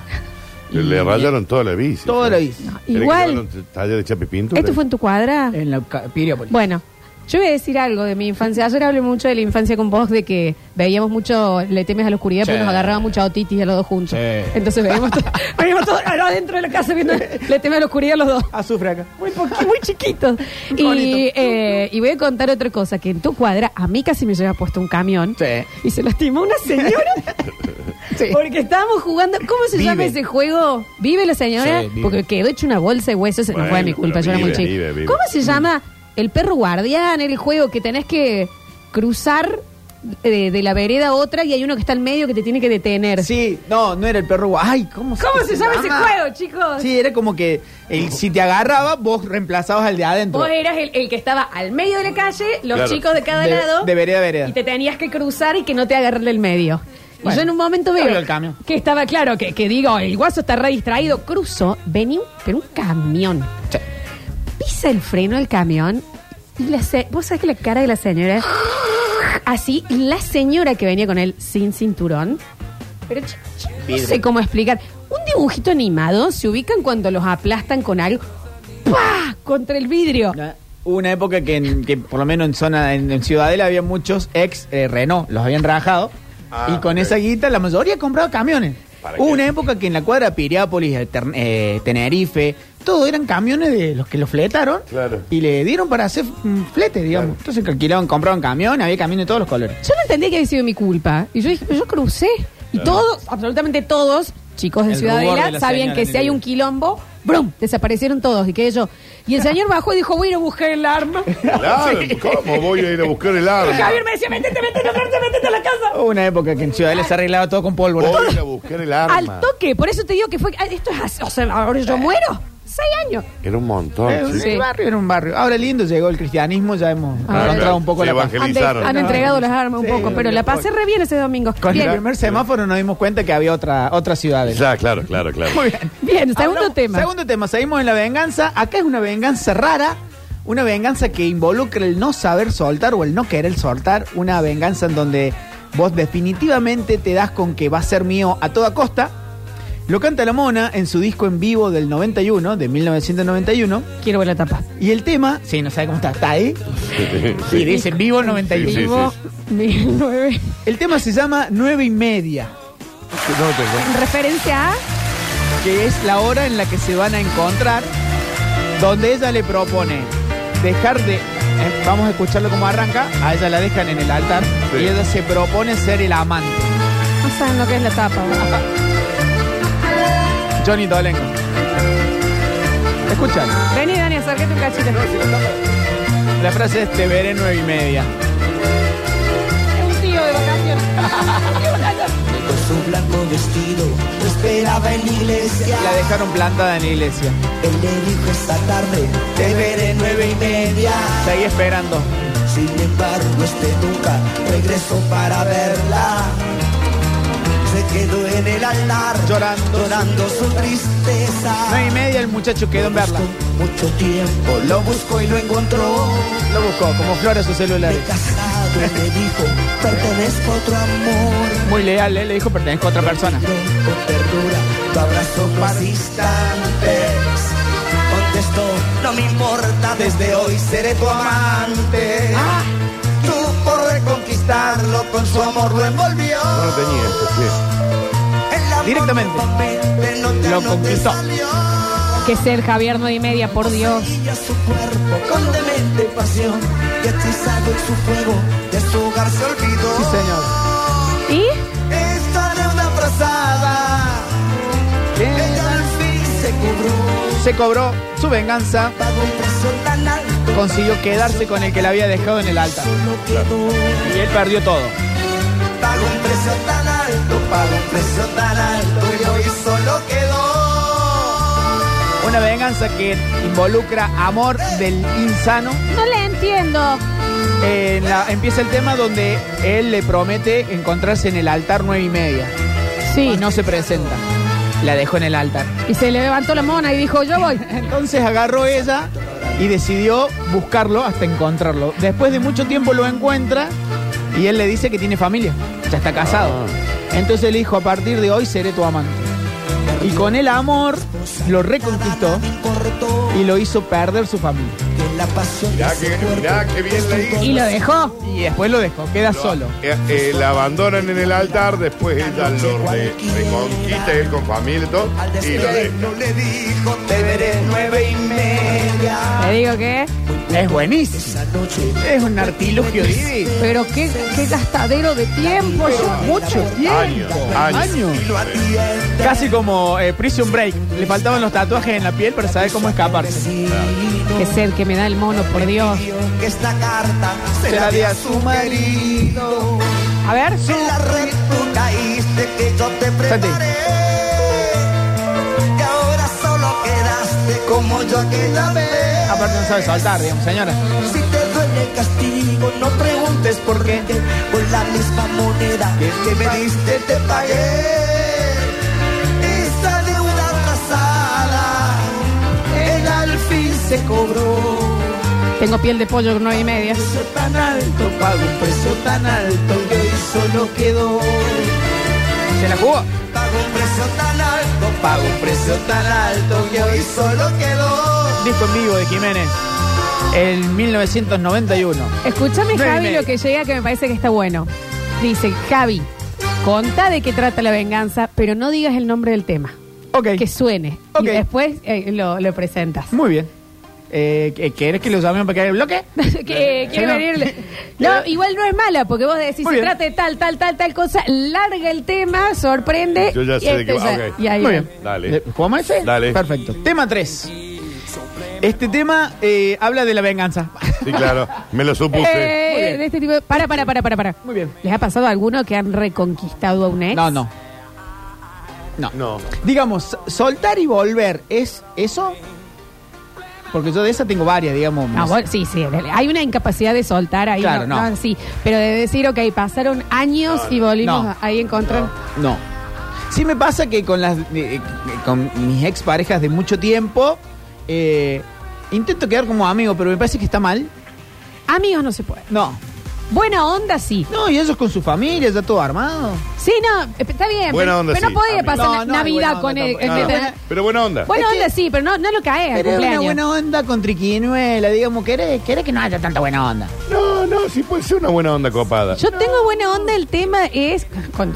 [SPEAKER 3] Le- Le rayaron toda la bici.
[SPEAKER 4] Toda la bici.
[SPEAKER 3] Tenés que
[SPEAKER 1] Igual.
[SPEAKER 3] llevarlo a un Taller de chape pintura.
[SPEAKER 1] ¿Esto fue en tu cuadra?
[SPEAKER 4] En la ca- Piriápolis.
[SPEAKER 1] Bueno, yo voy a decir algo de mi infancia. Ayer hablé mucho de la infancia con vos, de que veíamos mucho Le temes a la oscuridad, porque
[SPEAKER 4] Sí.
[SPEAKER 1] nos agarraba mucha otitis a los dos juntos.
[SPEAKER 4] Sí.
[SPEAKER 1] Entonces veíamos todo, veíamos todo acá dentro de la casa viendo Le temes a la oscuridad los dos.
[SPEAKER 4] Azufre acá.
[SPEAKER 1] Muy, poqui- muy chiquitos. Y,
[SPEAKER 4] Bonito.
[SPEAKER 1] eh, y voy a contar otra cosa, que en tu cuadra a mí casi me lleva puesto un camión
[SPEAKER 4] Sí.
[SPEAKER 1] y se lastimó una señora
[SPEAKER 4] Sí.
[SPEAKER 1] porque estábamos jugando, ¿cómo se
[SPEAKER 4] Vive.
[SPEAKER 1] llama ese juego? Vive la señora,
[SPEAKER 4] Sí, vive.
[SPEAKER 1] porque quedó hecho una bolsa de huesos, no
[SPEAKER 3] Bueno,
[SPEAKER 1] fue mi culpa,
[SPEAKER 3] pero
[SPEAKER 1] yo era muy
[SPEAKER 3] vive,
[SPEAKER 1] chico.
[SPEAKER 3] vive, vive.
[SPEAKER 1] ¿Cómo se llama el perro guardián, el juego que tenés que cruzar de, de la vereda a otra y hay uno que está al medio que te tiene que detener?
[SPEAKER 4] Sí, no, no era el perro. gua- Ay, ¿cómo,
[SPEAKER 1] ¿Cómo se llama ese juego, chicos?
[SPEAKER 4] Sí, era como que el, si te agarraba, vos reemplazabas al de adentro.
[SPEAKER 1] Vos eras el, el que estaba al medio de la calle, los
[SPEAKER 3] Claro.
[SPEAKER 1] chicos de cada
[SPEAKER 4] De-
[SPEAKER 1] lado.
[SPEAKER 4] de vereda a vereda.
[SPEAKER 1] Y te tenías que cruzar y que no te agarre el medio. y
[SPEAKER 4] Bueno,
[SPEAKER 1] yo en un momento
[SPEAKER 4] abrió
[SPEAKER 1] veo
[SPEAKER 4] el camión.
[SPEAKER 1] que estaba claro, que, que digo, el guaso está re distraído, cruzo, vení, un- pero un camión.
[SPEAKER 4] Sí.
[SPEAKER 1] Pisa el freno del camión y la se- vos sabés que la cara de la señora así, y la señora que venía con él sin cinturón, pero yo- yo no sé cómo explicar. Un dibujito animado se ubican cuando los aplastan con algo. ¡Pah! Contra el vidrio.
[SPEAKER 4] Una- Hubo una época que, en- que por lo menos en zona, en, en Ciudadela, había muchos ex eh, Renault, los habían rajado.
[SPEAKER 3] Ah,
[SPEAKER 4] y con
[SPEAKER 3] ok.
[SPEAKER 4] esa guita la mayoría compraba camiones.
[SPEAKER 3] ¿Para
[SPEAKER 4] Hubo
[SPEAKER 3] qué?
[SPEAKER 4] una época que en la cuadra Piriápolis, el Ter- eh, Tenerife, todo eran camiones de los que los fletaron
[SPEAKER 3] Claro.
[SPEAKER 4] y le dieron para hacer mm, flete, digamos.
[SPEAKER 3] Claro.
[SPEAKER 4] Entonces alquilaban, compraban camiones, había camiones de todos los colores.
[SPEAKER 1] Yo no entendía que había sido mi culpa. Y yo dije, pero yo crucé. Y todos, absolutamente todos, chicos de
[SPEAKER 4] El rubor
[SPEAKER 1] Ciudadela,
[SPEAKER 4] de la
[SPEAKER 1] sabían
[SPEAKER 4] señora
[SPEAKER 1] que
[SPEAKER 4] en
[SPEAKER 1] si
[SPEAKER 4] el
[SPEAKER 1] hay un
[SPEAKER 4] video.
[SPEAKER 1] quilombo, ¡brum! Desaparecieron todos. Y quedé yo. Y el señor bajó y dijo, voy a ir a buscar el arma.
[SPEAKER 3] Claro, ¿cómo voy a ir a buscar el
[SPEAKER 1] Y
[SPEAKER 3] arma?
[SPEAKER 1] Javier me decía, métete, métete, métete, métete a la casa.
[SPEAKER 4] Hubo una época que en Ciudadela se arreglaba todo con pólvora.
[SPEAKER 3] Voy a ir a buscar el arma.
[SPEAKER 1] Al toque. Por eso te digo que fue, ah, esto es así. O sea, ahora yo muero. Seis años.
[SPEAKER 3] Era un montón.
[SPEAKER 4] Era un
[SPEAKER 3] chicos.
[SPEAKER 1] Sí.
[SPEAKER 4] Eh, barrio, era un barrio. Ahora lindo llegó el cristianismo, ya hemos
[SPEAKER 1] Ah,
[SPEAKER 4] encontrado
[SPEAKER 3] claro.
[SPEAKER 4] un poco
[SPEAKER 3] Se
[SPEAKER 4] la paz.
[SPEAKER 3] evangel-
[SPEAKER 1] Han, de-
[SPEAKER 3] Agilizaron.
[SPEAKER 1] han entregado las armas un
[SPEAKER 4] Sí,
[SPEAKER 1] poco, pero la pasé re bien ese domingo.
[SPEAKER 4] Con el
[SPEAKER 1] Bien,
[SPEAKER 4] primer semáforo nos dimos cuenta que había otra, otra ciudad.
[SPEAKER 3] Ya, claro, claro, claro.
[SPEAKER 4] Muy bien.
[SPEAKER 1] bien segundo
[SPEAKER 4] Hablamos-
[SPEAKER 1] tema.
[SPEAKER 4] Segundo tema, seguimos en la venganza. Acá es una venganza rara, una venganza que involucra el no saber soltar o el no querer soltar, una venganza en donde vos definitivamente te das con que va a ser mío a toda costa. Lo canta La Mona en su disco en vivo del 91, de 1991.
[SPEAKER 1] Quiero ver la tapa.
[SPEAKER 4] Y el tema, sí, no sabe cómo está, está ahí.
[SPEAKER 3] Sí.
[SPEAKER 4] Y dice en vivo el 91.
[SPEAKER 3] Sí, sí,
[SPEAKER 1] Vivo mil nueve-
[SPEAKER 4] El tema se llama 9 y media,
[SPEAKER 3] No lo tengo.
[SPEAKER 1] En referencia a...
[SPEAKER 4] que es la hora en la que se van a encontrar, donde ella le propone dejar de. eh, vamos a escucharlo como arranca. A ella la dejan en el altar
[SPEAKER 3] Sí.
[SPEAKER 4] y ella se propone ser el amante.
[SPEAKER 1] No saben lo que es la tapa. boludo.
[SPEAKER 4] Johnny Dolengo. Escuchan.
[SPEAKER 1] Vení, Dani, acércate un cachito.
[SPEAKER 4] La frase es: Te veré 9 y media.
[SPEAKER 1] Es un tío de vacaciones.
[SPEAKER 5] Con su blanco vestido, lo esperaba en la iglesia.
[SPEAKER 4] La dejaron plantada en la iglesia.
[SPEAKER 5] Él le dijo esta tarde, te veré nueve y media.
[SPEAKER 4] Seguí esperando.
[SPEAKER 5] Sin embargo, este nunca regresó para verla. Se quedó en el altar,
[SPEAKER 4] Llorando.
[SPEAKER 5] llorando su tristeza.
[SPEAKER 4] 9 y media el muchacho quedó en verla.
[SPEAKER 5] Mucho tiempo lo buscó y lo encontró.
[SPEAKER 4] Lo buscó, como flora su celular.
[SPEAKER 5] Me he casado y me dijo, pertenezco a otro amor.
[SPEAKER 4] Muy leal, ¿eh? le dijo pertenezco a otra persona.
[SPEAKER 5] Con ternura, tu abrazo más distantes. Contestó gusto, no me importa, desde hoy seré tu amante.
[SPEAKER 4] Ah.
[SPEAKER 5] Tú por reconquistarlo con su amor lo envolvió.
[SPEAKER 3] No lo tenía esto, sí.
[SPEAKER 5] El amor
[SPEAKER 4] Directamente.
[SPEAKER 5] nuevamente no te-
[SPEAKER 4] Lo
[SPEAKER 5] no te
[SPEAKER 4] conquistó.
[SPEAKER 5] salió.
[SPEAKER 1] Que ser Javier 9 y media, por Dios.
[SPEAKER 5] Poseía su cuerpo con demente pasión y hechizado en su fuego de su hogar se olvidó.
[SPEAKER 4] Sí, señor.
[SPEAKER 1] ¿Y?
[SPEAKER 5] Esta deuda abrazada, ella al fin se cobró.
[SPEAKER 4] Se cobró su venganza,
[SPEAKER 5] Pagó un precio tan alto.
[SPEAKER 4] consiguió quedarse con el que la había dejado en el altar.
[SPEAKER 5] Solo quedó.
[SPEAKER 4] Y él perdió todo.
[SPEAKER 5] Pagó un precio tan alto, pagó un precio tan alto y hoy solo quedó.
[SPEAKER 4] Una venganza que involucra amor del insano.
[SPEAKER 1] No le entiendo.
[SPEAKER 4] En la- empieza el tema donde él le promete encontrarse en el altar nueve y media.
[SPEAKER 1] Sí.
[SPEAKER 4] Y no se presenta. La dejó en el altar.
[SPEAKER 1] Y se le levantó la mona y dijo, yo voy.
[SPEAKER 4] Entonces agarró ella y decidió buscarlo hasta encontrarlo. Después de mucho tiempo lo encuentra y él le dice que tiene familia, ya está casado. Entonces le dijo, a partir de hoy seré tu amante. Y con el amor lo reconquistó
[SPEAKER 5] Me importó
[SPEAKER 4] y lo hizo perder su familia.
[SPEAKER 5] que la pasión de
[SPEAKER 3] Mirá
[SPEAKER 5] ese
[SPEAKER 3] que-
[SPEAKER 5] cuerpo
[SPEAKER 3] mirá que bien
[SPEAKER 5] es un
[SPEAKER 1] Y lo dejó.
[SPEAKER 4] Y después lo dejó, queda solo.
[SPEAKER 3] Eh, eh, la abandonan en el altar, después ella lo re- reconquista, él con familia y todo,
[SPEAKER 5] Al
[SPEAKER 3] y lo deja.
[SPEAKER 5] despedirnos le dijo, te veré nueve y media.
[SPEAKER 1] Le digo que...
[SPEAKER 4] Es buenísimo.
[SPEAKER 5] Esa noche
[SPEAKER 4] Es un artilugio divino.
[SPEAKER 1] Pero qué, qué gastadero de tiempo. yo-
[SPEAKER 4] Mucho tiempo.
[SPEAKER 3] Años, años.
[SPEAKER 5] y lo atiende.
[SPEAKER 4] Casi como eh, Prison Break. Le faltaban los tatuajes en la piel para saber cómo escaparse.
[SPEAKER 5] Vecino
[SPEAKER 1] Qué sed que me da el mono, por Dios.
[SPEAKER 5] pidió que esta carta se,
[SPEAKER 4] Se
[SPEAKER 5] la
[SPEAKER 4] la di
[SPEAKER 5] dé
[SPEAKER 4] a
[SPEAKER 5] a
[SPEAKER 4] su
[SPEAKER 5] su marido.
[SPEAKER 1] A ver, su...
[SPEAKER 5] En la red tú caíste que yo te preparé. Y ahora solo quedaste como yo aquella vez.
[SPEAKER 4] Aparte no sabe saltar, digamos, señora.
[SPEAKER 5] Si te duele el castigo, no preguntes por qué. Por la misma moneda que me diste, te pagué. Esa deuda atrasada, el al fin se cobró.
[SPEAKER 1] Tengo piel de pollo nueve y media.
[SPEAKER 5] Precio tan alto, pago un precio tan alto que hoy solo quedó.
[SPEAKER 4] Se la jugó.
[SPEAKER 5] Pago un precio tan alto, pago un precio tan alto que hoy solo quedó.
[SPEAKER 4] Disco en vivo de Jiménez. El 1991.
[SPEAKER 1] Escúchame,
[SPEAKER 4] Nueve y
[SPEAKER 1] Javi,
[SPEAKER 4] media.
[SPEAKER 1] lo que llega que me parece que está bueno. Dice, Javi, contá de qué trata la venganza, pero no digas el nombre del tema.
[SPEAKER 4] Ok.
[SPEAKER 1] Que suene.
[SPEAKER 4] Ok.
[SPEAKER 1] Y después eh, lo, lo presentas.
[SPEAKER 4] Muy bien. Eh, ¿qu- ¿Querés que lo llamemos para que haga el bloque?
[SPEAKER 1] que quiere
[SPEAKER 4] Señor.
[SPEAKER 1] venirle. No, igual no es mala, porque vos decís,
[SPEAKER 4] Muy
[SPEAKER 1] se
[SPEAKER 4] bien.
[SPEAKER 1] trata de tal, tal, tal, tal cosa, larga el tema, sorprende.
[SPEAKER 3] Yo ya
[SPEAKER 1] y
[SPEAKER 3] sé de qué
[SPEAKER 1] este
[SPEAKER 3] va,
[SPEAKER 1] ya-
[SPEAKER 3] ok.
[SPEAKER 1] y ahí
[SPEAKER 4] Muy
[SPEAKER 1] va.
[SPEAKER 4] bien. Eh,
[SPEAKER 3] Dale.
[SPEAKER 4] ¿Jugamos ese?
[SPEAKER 3] Dale.
[SPEAKER 4] Perfecto. Tema 3. Este tema eh, habla de la venganza.
[SPEAKER 3] Sí, claro, me lo supuse.
[SPEAKER 1] Eh,
[SPEAKER 4] Muy bien.
[SPEAKER 1] de este tipo de- Para, para, para, para, para.
[SPEAKER 4] Muy bien.
[SPEAKER 1] ¿Les ha pasado a alguno que han reconquistado a un ex?
[SPEAKER 4] No, no. No.
[SPEAKER 3] No.
[SPEAKER 4] Digamos, soltar y volver, ¿es eso? Porque yo de esa tengo varias, digamos.
[SPEAKER 1] Ah, bueno, sí, sí. Hay una incapacidad de soltar ahí.
[SPEAKER 4] Claro, no.
[SPEAKER 1] sí, pero de decir, ok, pasaron años y volvimos
[SPEAKER 4] No.
[SPEAKER 1] ahí a encontrar.
[SPEAKER 4] No. Sí me pasa que con las eh, eh, con mis exparejas de mucho tiempo eh, intento quedar como amigo, pero me parece que está mal.
[SPEAKER 1] Amigos no se puede.
[SPEAKER 4] No.
[SPEAKER 1] Buena onda, sí.
[SPEAKER 4] No, y ellos con su familia, ya todo armado.
[SPEAKER 1] Sí, no, eh, está bien.
[SPEAKER 3] Buena
[SPEAKER 1] pero,
[SPEAKER 3] onda,
[SPEAKER 1] pero
[SPEAKER 3] sí,
[SPEAKER 1] no podía
[SPEAKER 3] amigo.
[SPEAKER 1] pasar
[SPEAKER 4] No, no hay buena
[SPEAKER 1] Navidad
[SPEAKER 4] onda
[SPEAKER 1] con él.
[SPEAKER 4] tampoco. No, no.
[SPEAKER 1] ¿entendés?
[SPEAKER 3] Pero buena onda.
[SPEAKER 1] Buena
[SPEAKER 4] Es que-
[SPEAKER 1] onda, sí, pero no, no lo caes al
[SPEAKER 4] Pero una
[SPEAKER 1] cumpleaños.
[SPEAKER 4] buena onda con triquiñuela, digamos, ¿querés, querés que no haya tanta buena onda.
[SPEAKER 3] No, no, sí puede ser una buena onda copada.
[SPEAKER 1] Yo tengo buena onda, el tema es con,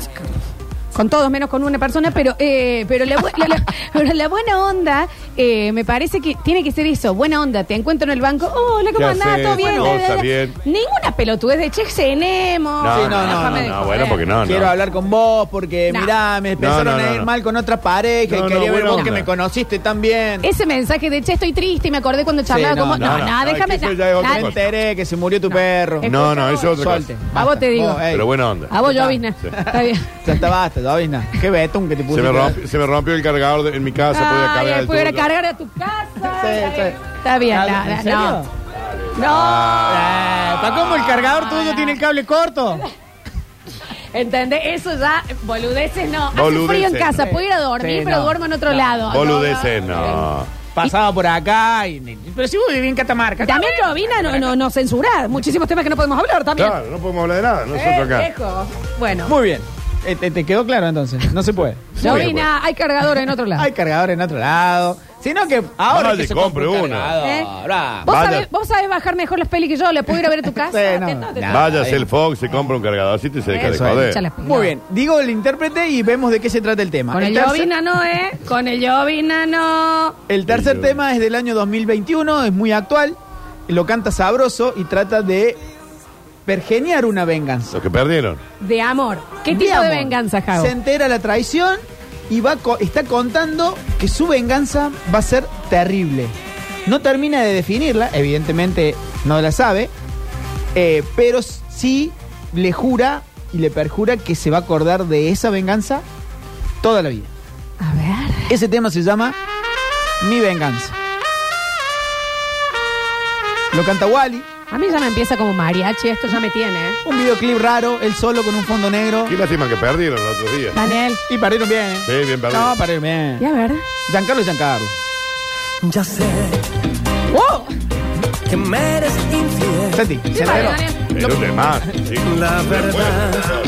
[SPEAKER 1] con todos menos con una persona, pero eh, pero la, bu- la- la- pero la buena onda eh, me parece que tiene que ser eso, buena onda, te encuentro en el banco, hola, ¿cómo
[SPEAKER 3] ¿Qué
[SPEAKER 1] andás?
[SPEAKER 3] haces?
[SPEAKER 1] ¿Todo bien?
[SPEAKER 3] Bueno,
[SPEAKER 1] Bla, bla, bla.
[SPEAKER 3] bien.
[SPEAKER 1] Ninguna pelotudez de che, cenemos.
[SPEAKER 3] No,
[SPEAKER 4] Sí, no, no,
[SPEAKER 1] déjame
[SPEAKER 4] no,
[SPEAKER 1] de
[SPEAKER 3] no,
[SPEAKER 1] joder.
[SPEAKER 3] bueno, porque Ah, no.
[SPEAKER 4] Quiero hablar con vos porque,
[SPEAKER 1] No.
[SPEAKER 4] mirá, me empezaron
[SPEAKER 3] no,
[SPEAKER 4] a
[SPEAKER 3] no,
[SPEAKER 4] ir
[SPEAKER 3] no.
[SPEAKER 4] mal con otra pareja y
[SPEAKER 3] No, no,
[SPEAKER 4] quería ver
[SPEAKER 3] buena
[SPEAKER 4] vos
[SPEAKER 3] onda.
[SPEAKER 4] que me conociste también.
[SPEAKER 1] Ese mensaje de che, estoy triste y me acordé cuando charlaba
[SPEAKER 4] no,
[SPEAKER 1] como. No,
[SPEAKER 3] no,
[SPEAKER 1] no,
[SPEAKER 3] no, no,
[SPEAKER 1] déjame.
[SPEAKER 3] es que eso ya es otra
[SPEAKER 1] dale.
[SPEAKER 4] Me
[SPEAKER 3] cosa.
[SPEAKER 4] enteré que se murió tu perro.
[SPEAKER 1] Es-
[SPEAKER 3] No, no, eso es otra
[SPEAKER 4] Solte.
[SPEAKER 3] cosa.
[SPEAKER 1] A vos te digo.
[SPEAKER 4] Vos, ey,
[SPEAKER 3] Pero buena onda.
[SPEAKER 1] A vos,
[SPEAKER 4] Ya está.
[SPEAKER 1] Jovina.
[SPEAKER 3] Sí.
[SPEAKER 1] Está bien.
[SPEAKER 4] Ya está basta, Davina. Qué betún que te
[SPEAKER 3] Se
[SPEAKER 4] pusiste.
[SPEAKER 3] me, romp- se me rompió el cargador de- en mi casa, podía
[SPEAKER 1] Ay,
[SPEAKER 3] cargar el
[SPEAKER 1] pudiera
[SPEAKER 3] tuyo.
[SPEAKER 1] cargar a tu casa. está
[SPEAKER 4] sí.
[SPEAKER 1] bien. Está bien,
[SPEAKER 4] Ah,
[SPEAKER 1] la-
[SPEAKER 4] ¿en
[SPEAKER 1] la-
[SPEAKER 4] serio?
[SPEAKER 1] no.
[SPEAKER 3] Ah.
[SPEAKER 1] No.
[SPEAKER 4] ¿Para cómo el cargador tuyo tiene el cable corto?
[SPEAKER 1] ¿Entendés? Eso ya, boludeces no. Hace frío
[SPEAKER 3] Boludeces,
[SPEAKER 1] en casa,
[SPEAKER 4] no.
[SPEAKER 1] puedo ir a dormir,
[SPEAKER 4] Sí,
[SPEAKER 1] pero
[SPEAKER 4] no.
[SPEAKER 1] duermo en otro lado.
[SPEAKER 3] Boludeces, no.
[SPEAKER 4] Pasaba por acá y... Pero si vos vivís en Catamarca.
[SPEAKER 1] Y También Robina no, no, no censurar. Muchísimos temas que no podemos hablar también.
[SPEAKER 3] Claro, no podemos hablar de nada,
[SPEAKER 1] Eh,
[SPEAKER 3] nosotros acá.
[SPEAKER 1] viejo. Bueno,
[SPEAKER 4] Muy bien. Eh, ¿Te, te quedó claro entonces? No se puede.
[SPEAKER 1] No
[SPEAKER 3] Muy bien,
[SPEAKER 1] vi nada, hay cargador en otro lado.
[SPEAKER 4] Hay cargador en otro lado. Sino que ahora
[SPEAKER 3] Vaya,
[SPEAKER 4] que se
[SPEAKER 3] compre
[SPEAKER 4] compra un
[SPEAKER 3] uno.
[SPEAKER 4] cargador,
[SPEAKER 1] ¿Eh?
[SPEAKER 4] bravo.
[SPEAKER 1] ¿Vos,
[SPEAKER 3] Vaya.
[SPEAKER 1] sabés, vos sabés bajar mejor las pelis que yo, le puedo ir a ver a tu casa.
[SPEAKER 4] Sí, no,
[SPEAKER 1] Te- no, te-
[SPEAKER 4] no.
[SPEAKER 3] Váyase el Fox, se compra un cargadorcito y se deja de
[SPEAKER 1] eh. Eso
[SPEAKER 4] es.
[SPEAKER 3] joder.
[SPEAKER 1] Echa las
[SPEAKER 4] Muy bien, digo el intérprete y vemos de qué se trata el tema.
[SPEAKER 1] Con el
[SPEAKER 4] tercer-
[SPEAKER 1] llovina no, ¿eh? Con el llovina no.
[SPEAKER 4] El tercer
[SPEAKER 3] Sí,
[SPEAKER 4] tema es del año 2021, es muy actual, lo canta sabroso y trata de pergeniar una venganza.
[SPEAKER 3] Los que perdieron.
[SPEAKER 1] De amor. ¿Qué tipo
[SPEAKER 4] Digamos,
[SPEAKER 1] de venganza, Jago?
[SPEAKER 4] Se entera la traición y va co- está contando que su venganza va a ser terrible. No termina de definirla, evidentemente no la sabe, eh, pero sí le jura y le perjura que se va a acordar de esa venganza toda la vida.
[SPEAKER 1] A ver.
[SPEAKER 4] Ese tema se llama Mi Venganza. Lo canta Wally,
[SPEAKER 1] A mí ya me empieza como mariachi, esto ya me tiene, ¿eh?
[SPEAKER 4] un videoclip raro, él solo con un fondo negro.
[SPEAKER 3] Qué lástima que perdieron los otros días.
[SPEAKER 1] Daniel.
[SPEAKER 4] Y parieron bien, ¿eh?
[SPEAKER 3] Sí, bien perdido.
[SPEAKER 4] No, parieron
[SPEAKER 1] Y
[SPEAKER 4] bien.
[SPEAKER 1] a ver.
[SPEAKER 4] Giancarlo es Giancarlo.
[SPEAKER 5] Ya sé
[SPEAKER 4] Oh.
[SPEAKER 1] ¡Wow!
[SPEAKER 5] que me eres infiel.
[SPEAKER 4] Santi,
[SPEAKER 1] Sí,
[SPEAKER 4] se enteró.
[SPEAKER 1] parieron bien.
[SPEAKER 3] Pero demás, chicos.
[SPEAKER 5] La verdad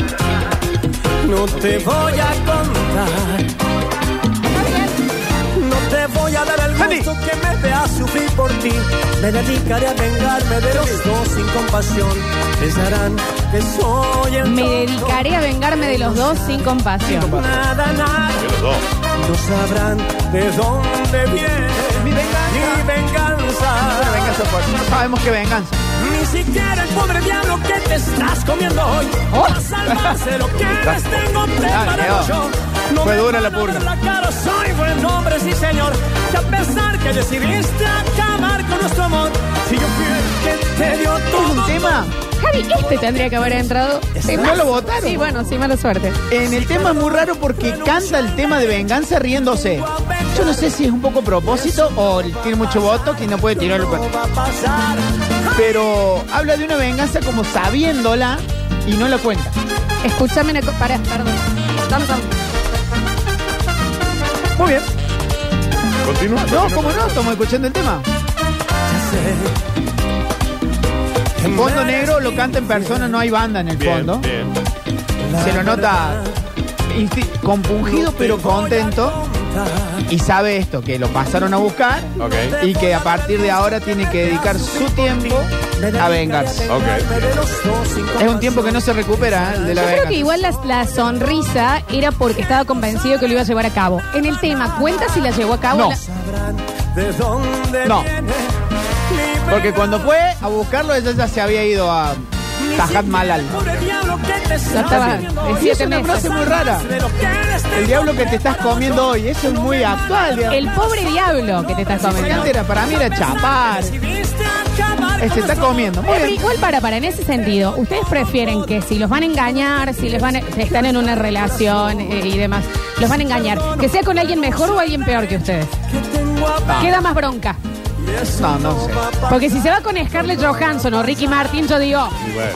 [SPEAKER 5] no te voy a contar. No te voy a dar el
[SPEAKER 4] Sandy.
[SPEAKER 5] gusto que me veas sufrir por ti. Me dedicaré a vengarme de los dos sin compasión. Pensarán que soy el
[SPEAKER 1] Me
[SPEAKER 5] tonto.
[SPEAKER 1] dedicaré a vengarme de los dos sin compasión.
[SPEAKER 5] Nada, nada.
[SPEAKER 3] de los dos.
[SPEAKER 5] No sabrán de dónde viene
[SPEAKER 4] Mi venganza.
[SPEAKER 5] mi venganza.
[SPEAKER 4] Una venganza fuerte. No sabemos qué venganza.
[SPEAKER 5] Ni siquiera el pobre diablo que te estás comiendo hoy. Va a salvarse lo que les tengo preparado
[SPEAKER 4] Oh. Dale, oh.
[SPEAKER 5] yo. No
[SPEAKER 4] Fue
[SPEAKER 5] me
[SPEAKER 4] dura la
[SPEAKER 5] van a
[SPEAKER 4] purga.
[SPEAKER 5] ver la cara, soy buen hombre, sí señor. Y a pesar que decidiste acabar con nuestro amor, si yo fui el que te dio todo.
[SPEAKER 4] Es un tema.
[SPEAKER 1] Javi, este tendría que haber entrado. Sí,
[SPEAKER 4] ¿No
[SPEAKER 1] mal-
[SPEAKER 4] lo votaron?
[SPEAKER 1] Sí, bueno, sí, mala suerte.
[SPEAKER 4] En el tema es muy raro porque canta el tema de venganza riéndose. Yo no sé si es un poco propósito o tiene mucho voto que no puede tirarlo. con-
[SPEAKER 5] Va a pasar.
[SPEAKER 4] Pero habla de una venganza como sabiéndola y no la cuenta.
[SPEAKER 1] Escúchame una cosa. Pará, perdón. Dame un segundo.
[SPEAKER 4] Muy bien.
[SPEAKER 3] Continúa.
[SPEAKER 4] No, ¿cómo no? Estamos escuchando el tema. En fondo negro lo canta en persona, no hay banda en el fondo.
[SPEAKER 3] Bien, bien.
[SPEAKER 4] Se lo nota insti- compungido pero contento y sabe esto, que lo pasaron a buscar
[SPEAKER 3] Ok.
[SPEAKER 4] y que a partir de ahora tiene que dedicar su tiempo a vengarse.
[SPEAKER 3] Ok.
[SPEAKER 4] Es un tiempo que no se recupera ¿eh? el de la
[SPEAKER 1] Yo creo que
[SPEAKER 4] venganza.
[SPEAKER 1] igual la, la sonrisa era porque estaba convencido que lo iba a llevar a cabo. En el tema, ¿cuenta si la llevó a cabo?
[SPEAKER 4] No.
[SPEAKER 1] La-
[SPEAKER 5] ¿De dónde
[SPEAKER 4] No.
[SPEAKER 5] viene mi
[SPEAKER 4] Porque cuando fue a buscarlo ella ya se había ido a Tajat Malal.
[SPEAKER 5] Pobre diablo que te estás
[SPEAKER 1] estaba
[SPEAKER 5] comiendo
[SPEAKER 1] en
[SPEAKER 5] hoy.
[SPEAKER 4] Y es una
[SPEAKER 1] meses.
[SPEAKER 4] frase muy rara.
[SPEAKER 5] De lo que eres
[SPEAKER 4] El diablo que te estás comiendo hoy, eso es muy actual. digamos.
[SPEAKER 1] El pobre diablo que te estás comentando.
[SPEAKER 4] Antes era para mí era chapar. Eh, Se está comiendo. Muy
[SPEAKER 1] Pero
[SPEAKER 4] bien.
[SPEAKER 1] igual para, para, en ese sentido, ¿ustedes prefieren que si los van a engañar, si les van a- si están en una relación eh, y demás, los van a engañar, que sea con alguien mejor o alguien peor que ustedes?
[SPEAKER 4] Ah.
[SPEAKER 1] Queda más bronca.
[SPEAKER 4] No, no sé.
[SPEAKER 1] Porque si se va con Scarlett Johansson o Ricky Martin, yo digo,
[SPEAKER 3] Y bueno,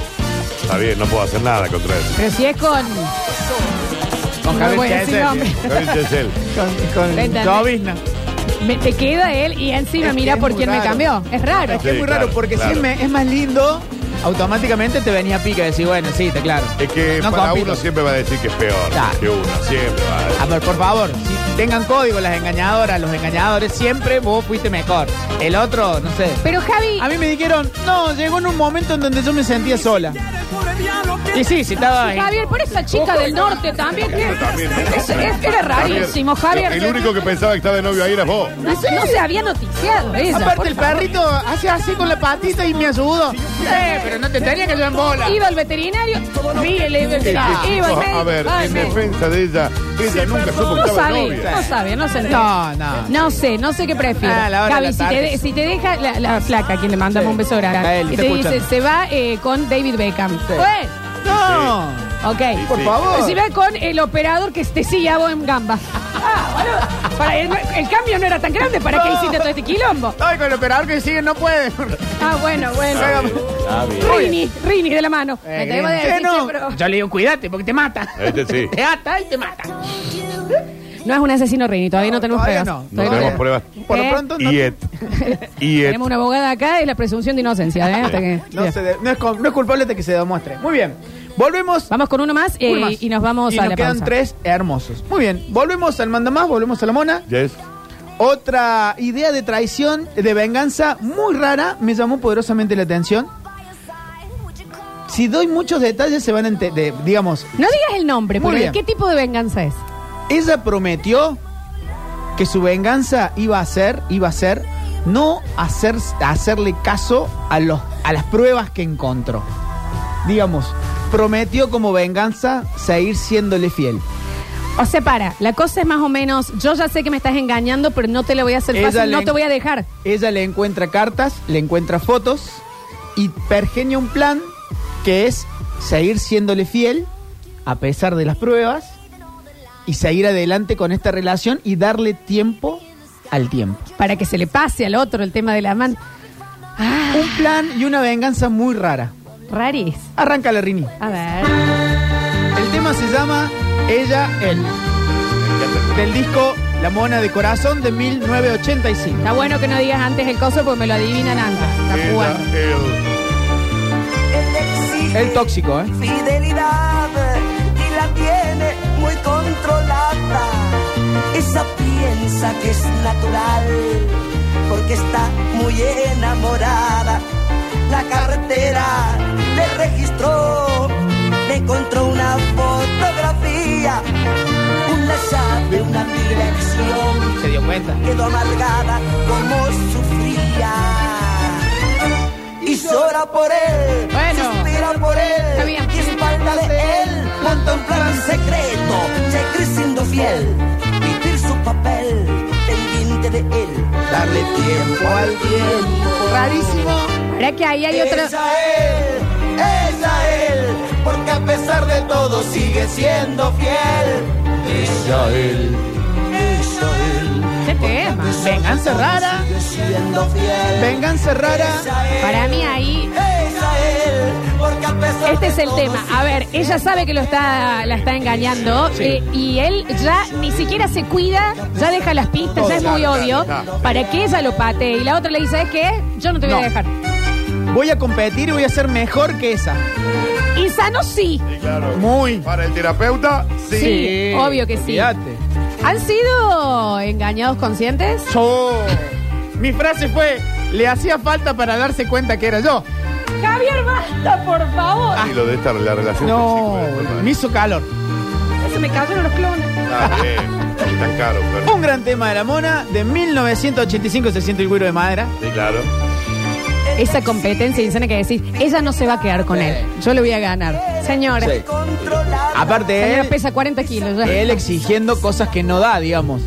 [SPEAKER 3] está bien, no puedo hacer nada contra él.
[SPEAKER 1] pero si es con...
[SPEAKER 4] Con
[SPEAKER 1] no voy a
[SPEAKER 4] Javier
[SPEAKER 1] decir
[SPEAKER 4] Chesel,
[SPEAKER 1] nombre.
[SPEAKER 3] Gabriel Chesel.
[SPEAKER 4] Con, con
[SPEAKER 1] ¿Entendés?
[SPEAKER 4] Jovizna.
[SPEAKER 1] Me- te queda él y encima
[SPEAKER 4] Es que
[SPEAKER 1] mira
[SPEAKER 4] es
[SPEAKER 1] por
[SPEAKER 4] muy
[SPEAKER 1] quién me
[SPEAKER 4] raro.
[SPEAKER 1] cambió. Es raro.
[SPEAKER 4] Es que es
[SPEAKER 3] Sí,
[SPEAKER 4] muy raro
[SPEAKER 3] claro,
[SPEAKER 4] porque si
[SPEAKER 3] claro.
[SPEAKER 4] es, me- es más lindo, automáticamente te venía pica y decir, bueno, sí, está claro.
[SPEAKER 3] Es que
[SPEAKER 4] No
[SPEAKER 3] para
[SPEAKER 4] compito.
[SPEAKER 3] uno siempre va a decir que es peor
[SPEAKER 4] Claro.
[SPEAKER 3] que uno. Siempre va a decir.
[SPEAKER 4] A ver, por favor, si tengan código las engañadoras, los engañadores, siempre vos fuiste mejor. El otro, no sé.
[SPEAKER 1] Pero Javi,
[SPEAKER 4] A mí me dijeron, no, llegó en un momento en donde yo me sentía sola. Y sí, si estaba ahí.
[SPEAKER 1] Javier, por esa chica del norte también que
[SPEAKER 3] También, ¿no?
[SPEAKER 1] es- es- era rarísimo, Javier.
[SPEAKER 3] El único que pensaba que estaba de novio ahí era vos.
[SPEAKER 1] no, no se había noticiado eso.
[SPEAKER 4] Aparte, el perrito hace así con la patita y me ayudó. Eh, pero no te tenía que llevar en bola.
[SPEAKER 1] Iba al veterinario, vi el iba al
[SPEAKER 3] Ah,
[SPEAKER 1] veterinario, iba al médico,
[SPEAKER 3] a ver,
[SPEAKER 1] va al
[SPEAKER 3] en
[SPEAKER 1] médico.
[SPEAKER 3] defensa de ella, ella nunca supo que
[SPEAKER 1] No
[SPEAKER 3] estaba de
[SPEAKER 1] sabía, no
[SPEAKER 3] novia.
[SPEAKER 1] sabía, no se enteró.
[SPEAKER 4] No, no.
[SPEAKER 1] No sé, no sé qué prefiero.
[SPEAKER 4] Ah, la hora
[SPEAKER 1] Javi,
[SPEAKER 4] de la
[SPEAKER 1] si te,
[SPEAKER 4] tarde.
[SPEAKER 1] de- si te deja la, la flaca, a quien le mandamos
[SPEAKER 4] Sí.
[SPEAKER 1] un beso
[SPEAKER 4] A
[SPEAKER 1] grande,
[SPEAKER 4] él,
[SPEAKER 1] y
[SPEAKER 4] te
[SPEAKER 1] te dice,
[SPEAKER 4] escuchan.
[SPEAKER 1] se va eh, con David Beckham.
[SPEAKER 4] Sí.
[SPEAKER 1] Bueno,
[SPEAKER 4] No,
[SPEAKER 1] ok.
[SPEAKER 4] por
[SPEAKER 3] Sí.
[SPEAKER 4] favor.
[SPEAKER 1] Si va con el operador que te sigue a vos en gamba. Ah, bueno, para el, el cambio no era tan grande, ¿para qué
[SPEAKER 4] No.
[SPEAKER 1] hiciste todo este quilombo?
[SPEAKER 4] Ay, con el operador que sigue no puede.
[SPEAKER 1] Ah, bueno, bueno. Rini, Rini de la mano.
[SPEAKER 4] Eh,
[SPEAKER 1] Me tengo de
[SPEAKER 4] Grinch.
[SPEAKER 1] decir,
[SPEAKER 4] Sí, no.
[SPEAKER 1] che, pero-
[SPEAKER 4] Yo le digo, cuídate porque te mata.
[SPEAKER 3] Este sí.
[SPEAKER 4] Te ata y te mata.
[SPEAKER 1] No es un asesino Rini, todavía no, tenemos
[SPEAKER 4] Todavía
[SPEAKER 1] pruebas.
[SPEAKER 3] No
[SPEAKER 4] no.
[SPEAKER 1] Todavía
[SPEAKER 3] tenemos
[SPEAKER 1] no.
[SPEAKER 3] pruebas.
[SPEAKER 4] Por
[SPEAKER 1] Eh,
[SPEAKER 4] lo pronto no,
[SPEAKER 3] Y et. Y et.
[SPEAKER 1] Tenemos una abogada acá, es la presunción de inocencia, ¿eh? Hasta que-
[SPEAKER 4] no se de- no es, con- no es culpable hasta que se demuestre. Muy bien. Volvemos.
[SPEAKER 1] Vamos con uno más, eh,
[SPEAKER 4] Uno más.
[SPEAKER 1] y nos vamos
[SPEAKER 4] Y
[SPEAKER 1] a
[SPEAKER 4] nos
[SPEAKER 1] la
[SPEAKER 4] quedan
[SPEAKER 1] pausa.
[SPEAKER 4] tres hermosos. Muy bien, volvemos al manda más, volvemos a la mona.
[SPEAKER 3] Yes.
[SPEAKER 4] Otra idea de traición, de venganza muy rara, me llamó poderosamente la atención. Si doy muchos detalles se van a entender, digamos,
[SPEAKER 1] No digas el nombre,
[SPEAKER 4] Muy
[SPEAKER 1] porque
[SPEAKER 4] bien.
[SPEAKER 1] ¿qué tipo de venganza es?
[SPEAKER 4] ella prometió que su venganza iba a ser, iba a ser no hacer, hacerle caso a, los, a las pruebas que encontró. Digamos, prometió como venganza seguir siéndole fiel.
[SPEAKER 1] O sea, para, la cosa es más o menos, yo ya sé que me estás engañando, pero no te lo voy a hacer
[SPEAKER 4] Ella
[SPEAKER 1] fácil, no
[SPEAKER 4] le-
[SPEAKER 1] te voy a dejar.
[SPEAKER 4] Ella le encuentra cartas, le encuentra fotos y pergenia un plan que es seguir siéndole fiel a pesar de las pruebas y seguir adelante con esta relación y darle tiempo al tiempo.
[SPEAKER 1] Para que se le pase al otro el tema de la mano.
[SPEAKER 4] Un plan y una venganza muy rara.
[SPEAKER 1] Raris.
[SPEAKER 4] Arranca la Rini.
[SPEAKER 1] A ver.
[SPEAKER 4] El tema se llama Ella, él. Del disco La Mona de Corazón de 1985.
[SPEAKER 1] Está bueno que no digas antes el coso porque me lo adivinan antes. Está
[SPEAKER 3] Ella,
[SPEAKER 1] jugando.
[SPEAKER 3] él.
[SPEAKER 4] El tóxico, ¿eh?
[SPEAKER 5] fidelidad y la tiene muy controlada. Esa piensa que es natural porque está muy enamorada. La carretera le registró, le encontró una fotografía, una llave, una dirección
[SPEAKER 4] Se dio cuenta.
[SPEAKER 5] quedó amargada como sufría. Y llora por él,
[SPEAKER 1] Bueno.
[SPEAKER 5] suspira por
[SPEAKER 1] Está
[SPEAKER 5] él,
[SPEAKER 1] bien.
[SPEAKER 5] y espalda de él, monta un plan secreto, seguir siendo fiel, vivir su papel, pendiente de él, darle tiempo al tiempo.
[SPEAKER 4] Rarísimo.
[SPEAKER 1] Ahora que ahí hay otro.
[SPEAKER 5] Es a él, es a él, porque a pesar de todo sigue siendo fiel. Es a él,
[SPEAKER 1] ¿Qué tema?
[SPEAKER 4] Venganza rara.
[SPEAKER 5] es a él, siendo fiel.
[SPEAKER 4] Venganza rara.
[SPEAKER 1] Para mí ahí.
[SPEAKER 5] Es a él, porque a pesar
[SPEAKER 1] Este
[SPEAKER 5] de
[SPEAKER 1] es el
[SPEAKER 5] todo,
[SPEAKER 1] tema. A ver, ella sabe que lo está, la está engañando eh, y él ya ni siquiera se cuida, ya deja las pistas, ya es muy obvio, para que ella lo patee. Y la otra le dice, ¿sabes qué? Yo no te voy a
[SPEAKER 4] No.
[SPEAKER 1] dejar.
[SPEAKER 4] Voy a competir y voy a ser mejor que esa.
[SPEAKER 1] Y sano sí.
[SPEAKER 3] Sí, claro.
[SPEAKER 4] Muy.
[SPEAKER 3] Para el terapeuta, sí.
[SPEAKER 1] Sí, obvio que sí.
[SPEAKER 4] Olvídate.
[SPEAKER 1] ¿Han sido engañados conscientes?
[SPEAKER 4] Yo. Mi frase fue, le hacía falta para darse cuenta que era yo.
[SPEAKER 1] Javier, basta, por favor.
[SPEAKER 3] Y lo de esta, la relación
[SPEAKER 4] No,
[SPEAKER 3] tóxica.
[SPEAKER 4] me hizo calor.
[SPEAKER 1] Se me cayeron los clones.
[SPEAKER 3] Está bien. Sí, tan caro, pero.
[SPEAKER 4] Un gran tema de la mona de 1985, se siente el güiro de madera.
[SPEAKER 3] Sí, claro.
[SPEAKER 1] Esa competencia insana que decís, ella no se va a quedar con él. Yo le voy a ganar. Señora.
[SPEAKER 4] Sí.
[SPEAKER 5] controlada.
[SPEAKER 4] Aparte,
[SPEAKER 1] Señora
[SPEAKER 4] él,
[SPEAKER 1] pesa 40 kilos. ya.
[SPEAKER 4] él exigiendo cosas que no da, digamos.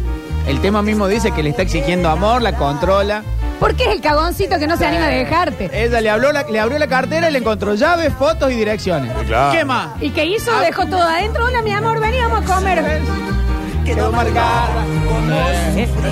[SPEAKER 4] El tema mismo dice que le está exigiendo amor, la controla.
[SPEAKER 1] ¿Por qué es el cagoncito que no se anima a dejarte?
[SPEAKER 4] Ella le, habló la- le abrió la cartera y le encontró llaves, fotos y direcciones.
[SPEAKER 3] Sí, claro.
[SPEAKER 4] ¿Qué más?
[SPEAKER 1] ¿Y qué hizo? Dejó todo adentro. Hola, mi amor, veníamos a comer.
[SPEAKER 4] Quedó marcada.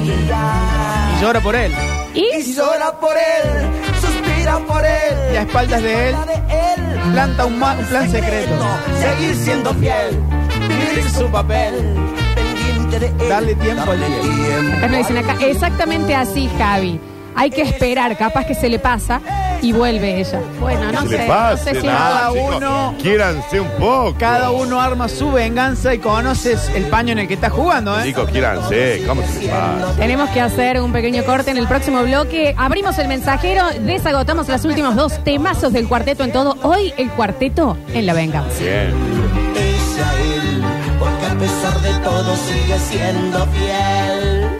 [SPEAKER 4] Y llora por él.
[SPEAKER 5] Y
[SPEAKER 1] Y
[SPEAKER 5] llora por él, suspira por él.
[SPEAKER 4] Y a espaldas de él,
[SPEAKER 5] de él,
[SPEAKER 4] planta un, ma- un plan secreto.
[SPEAKER 5] Seguir siendo fiel, vivir su papel, pendiente de él.
[SPEAKER 4] Darle tiempo al
[SPEAKER 5] darle
[SPEAKER 4] tiempo.
[SPEAKER 5] tiempo.
[SPEAKER 1] acá nos dicen acá, exactamente así, Javi. Hay que esperar, capaz que se le pasa y vuelve ella. Bueno, no
[SPEAKER 3] se
[SPEAKER 1] sé.
[SPEAKER 3] le
[SPEAKER 1] No
[SPEAKER 3] pase
[SPEAKER 1] sé si
[SPEAKER 3] nada,
[SPEAKER 4] Cada
[SPEAKER 3] chicos.
[SPEAKER 4] uno-
[SPEAKER 3] Quiéranse un poco.
[SPEAKER 4] Cada uno arma su venganza y conoces el paño en el que está jugando, ¿eh?
[SPEAKER 3] Chicos, quiéranse. ¿Cómo se les pasa?
[SPEAKER 1] Tenemos que hacer un pequeño corte en el próximo bloque. Abrimos el mensajero, desagotamos los últimos dos temazos del cuarteto en todo. Hoy el cuarteto en la venganza.
[SPEAKER 3] Bien.
[SPEAKER 5] Es a él, porque a pesar de todo sigue siendo fiel.